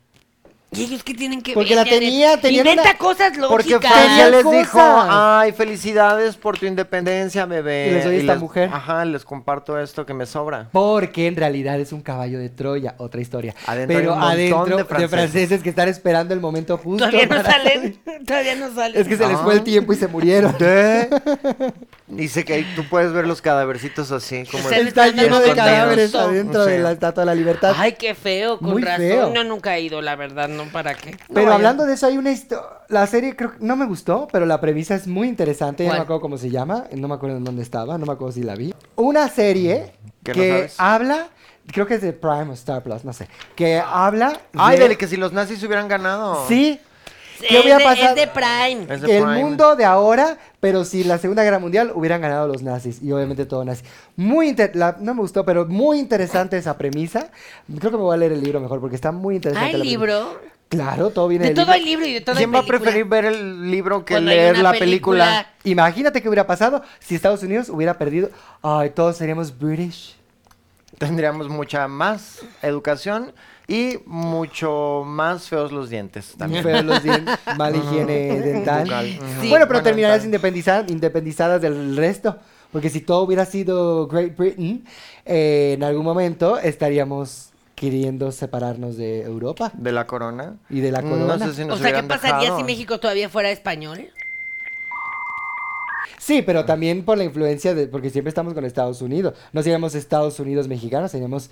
¿Y ellos qué tienen que Porque ver? la Janet? tenía, tenía Inventa una- cosas lógicas. Porque Francia les cosas. dijo, ay, felicidades por tu independencia, bebé. Y les doy esta mujer. Ajá, les comparto esto que me sobra. Porque en realidad es un caballo de Troya, otra historia. Adentro Pero hay un montón adentro de de franceses. franceses. que están esperando el momento justo. Todavía no para- salen. Todavía no salen. Es que se les fue el Ah. tiempo y se murieron. Dice que ahí tú puedes ver los cadavercitos así, como Se el- Está Están lleno de escondidos. cadáveres Sí. adentro de la estatua de la libertad. Ay, qué feo, con Muy razón. feo. No, nunca he ido, la verdad, no, ¿para qué? Pero No, hablando de eso, hay una historia. La serie creo que no me gustó, pero la premisa es muy interesante. Ya no ¿Cuál? me acuerdo cómo se llama, no me acuerdo en dónde estaba, no me acuerdo si la vi. Una serie ¿Que que, no sabes? habla, creo que es de Prime o Star Plus, no sé, que habla. Ah. Ay, de- dele que si los nazis hubieran ganado. Sí, ¿Qué es, hubiera de, pasado? es de Prime. Es de que el Prime. mundo de ahora, pero si la Segunda Guerra Mundial hubieran ganado los nazis y obviamente todo nazi. Muy inter- la- no me gustó, pero muy interesante esa premisa. Creo que me voy a leer el libro mejor porque está muy interesante. Hay la premisa. libro. Claro, todo viene De del todo libro. hay libro y de todo hay ¿Quién va a película. preferir ver el libro que Cuando hay leer una la película? película. Imagínate qué hubiera pasado si Estados Unidos hubiera perdido. Ay, todos seríamos British. Tendríamos mucha más educación y mucho más feos los dientes también. Feos los dientes, mala higiene dental. Bucal. Sí. Bueno, pero Bucal terminarías dental. independiza- independizadas del resto. Porque si todo hubiera sido Great Britain, eh, en algún momento estaríamos queriendo separarnos de Europa. De la corona. Y de la No corona. sé si nos O sea, ¿qué hubieran pasaría dejado. si México todavía fuera español? Sí, pero también por la influencia de. Porque siempre estamos con Estados Unidos. No seríamos Estados Unidos mexicanos, seríamos.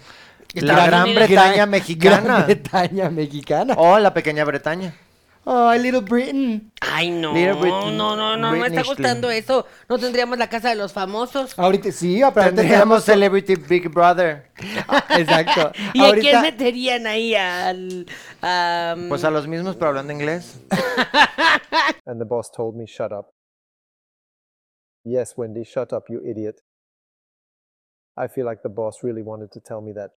La Gran Bretaña mexicana. Gran Bretaña mexicana. O la Pequeña Bretaña. Oh, Little Britain. Ay, no. Little No, Britney. no, no, no me está Britney gustando eso. No tendríamos la casa de los famosos. Ahorita sí, pero ahorita Tendríamos tenemos- Celebrity Big Brother. Ah, Exacto. ¿Y a ahorita, quién meterían ahí al. a, mm, Pues a los mismos, pero hablando inglés. And the boss told me, shut up. Yes, Wendy, shut up, you idiot. I feel like the boss really wanted to tell me that.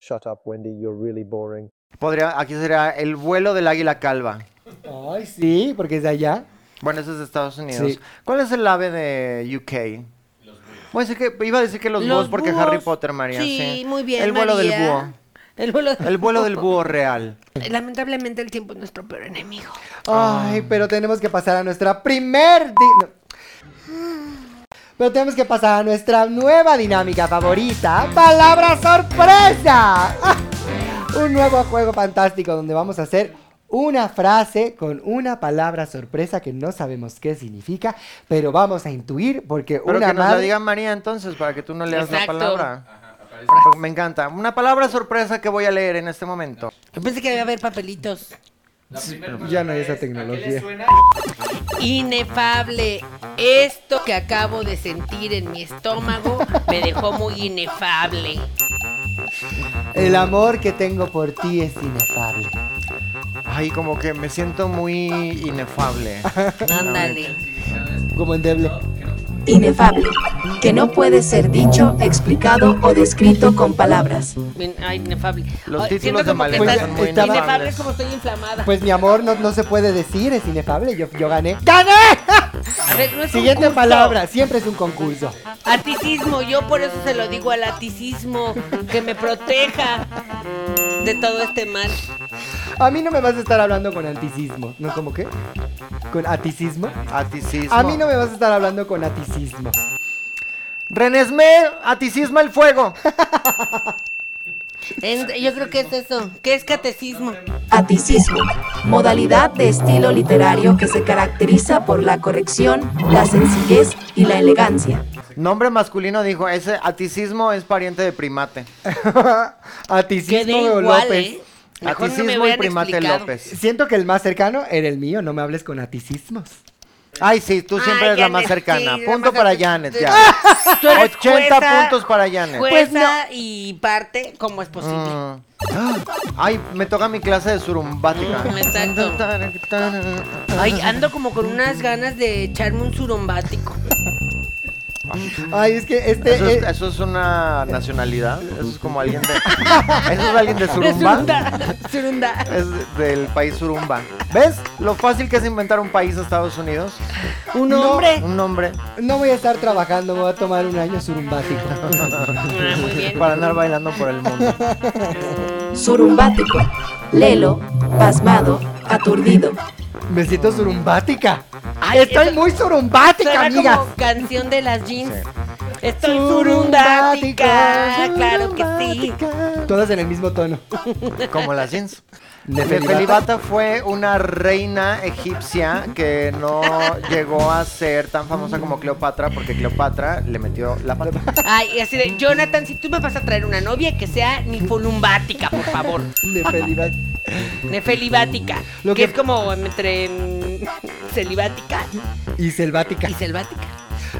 Shut up, Wendy, you're really boring. Podría, aquí sería el vuelo del águila calva. Ay, sí, porque es de allá. Bueno, eso es de Estados Unidos. Sí. ¿Cuál es el ave de UK? Voy a decir que, iba a decir que los, los búhos porque búhos? Harry Potter, María. Sí, muy bien. El vuelo del María. búho. El vuelo del El vuelo del búho real. Lamentablemente, el tiempo es nuestro peor enemigo. Ay, pero tenemos que pasar a nuestra primer... di- no. Pero tenemos que pasar a nuestra nueva dinámica favorita, Palabra Sorpresa. Un nuevo juego fantástico donde vamos a hacer una frase con una palabra sorpresa que no sabemos qué significa, pero vamos a intuir porque Pero una que nos la madre- diga María entonces, para que tú no leas Exacto. la palabra. Me encanta. Una palabra sorpresa que voy a leer en este momento. Yo pensé que iba a haber papelitos. Ya no hay esa tecnología. Inefable. Esto que acabo de sentir en mi estómago me dejó muy inefable. El amor que tengo por ti es inefable. Ay, como que me siento muy inefable. Ándale. Como endeble. Inefable. Que no puede ser dicho, explicado o descrito con palabras. Bien, Ay, inefable. Los Ay, títulos de siento como que Malena son estás muy inefable inefables. como estoy inflamada. Pues mi amor no, no se puede decir, es inefable. Yo, yo gané. ¡Gané! A ver, no es Siguiente concurso. palabra, siempre es un concurso. Aticismo, yo por eso se lo digo al aticismo, que me proteja de todo este mal. A mí no me vas a estar hablando con anticismo. ¿No como qué? ¿Con aticismo? Aticismo. A mí no me vas a estar hablando con aticismo. Renesme, aticisma el fuego. En- yo creo que es eso. ¿Qué es catecismo? Aticismo. Modalidad de estilo literario que se caracteriza por la corrección, la sencillez y la elegancia. Nombre masculino dijo, ese aticismo es pariente de primate. aticismo Quedé o igual, López. ¿eh? Mejor no me aticismo y hubieran primate explicado. López. Siento que el más cercano era el mío, no me hables con aticismos. Ay, sí, tú siempre Ay, eres la Janet, más cercana. sí, la Punto más para cercana. Janet, ya. Tú eres 80 jueza, puntos para Janet. Jueza Pues no. y parte, ¿cómo es posible? Mm. Ah, Ay, me toca mi clase de surumbática. Mm, exacto. Ay, ando como con unas ganas de echarme un surumbático. Ay, es que este. Eso es, eh, eso es una nacionalidad. Eso es como alguien de. Eso es alguien de Surumba. Surunda. Surunda. Es del país Surumba. ¿Ves? Lo fácil que es inventar un país a Estados Unidos. Un No. hombre. Un nombre. No voy a estar trabajando, me voy a tomar un año surumbático. Ah, muy bien. Para andar bailando por el mundo. Surumbático. Lelo, pasmado, aturdido. Me siento surumbática. Ay, Estoy eso- muy surumbática, Suena amigas. como canción de las jeans. Estoy surundática. Surundática, Claro que sí. Todas en el mismo tono. Como las jeans. Nefelibata. Nefelibata fue una reina egipcia que no llegó a ser tan famosa como Cleopatra porque Cleopatra le metió la pata. Ay, y así de, Jonathan, si tú me vas a traer una novia, que sea nifolumbática, por favor. De felicidad. Nefelibática. Lo que, que- es como entre mm, celibática Y selvática. y selvática.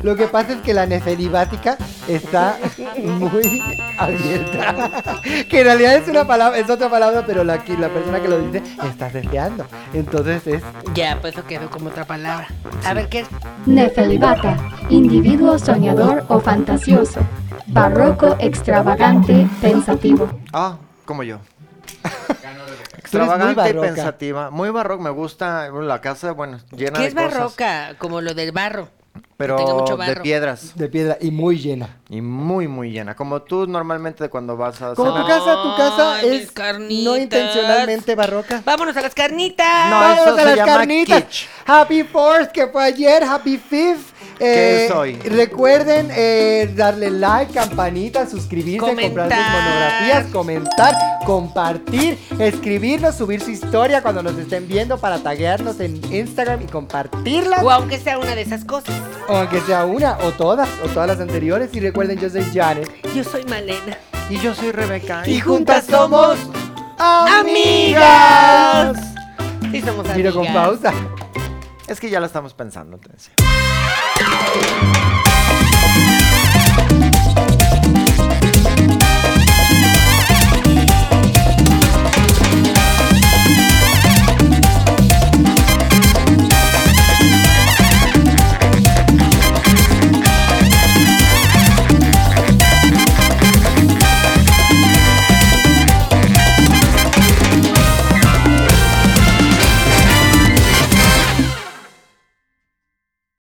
Lo que pasa es que la nefelibática está muy abierta. Que en realidad es una palabra, es otra palabra, pero la, que- la persona que lo dice está deseando. Entonces es. Ya, pues eso quedó como otra palabra. A ver, ¿qué es? Nefelibata, individuo soñador o fantasioso, barroco, extravagante, pensativo. Ah, como yo. Tú eres muy Extravagante y barroca. pensativa. Muy barroca. Me gusta bueno, la casa, bueno, llena ¿Qué de es cosas, barroca? Como lo del barro. pero tenga mucho de barro. piedras. De piedra y muy llena. Y muy, muy llena. Como tú normalmente cuando vas a Como cenar. tu casa, tu casa Ay, mis es no carnitas. intencionalmente barroca. Vámonos a las carnitas. No, Vámonos eso a se las llama carnitas. kitsch. Happy Fourth, que fue ayer. Happy Fifth. ¿Qué Eh, es hoy? Recuerden eh, darle like, campanita, suscribirse, comprar sus Comentar. monografías, comentar, compartir, escribirnos, subir su historia cuando nos estén viendo para taguearnos en Instagram y compartirla. O aunque sea una de esas cosas. O aunque sea una, o todas, o todas las anteriores. Y recuerden, yo soy Janet. Yo soy Malena. Y yo soy Rebeca. Y juntas somos ¡Amigas! Sí, somos Miro con amigas. pausa. Es que ya lo estamos pensando, entonces.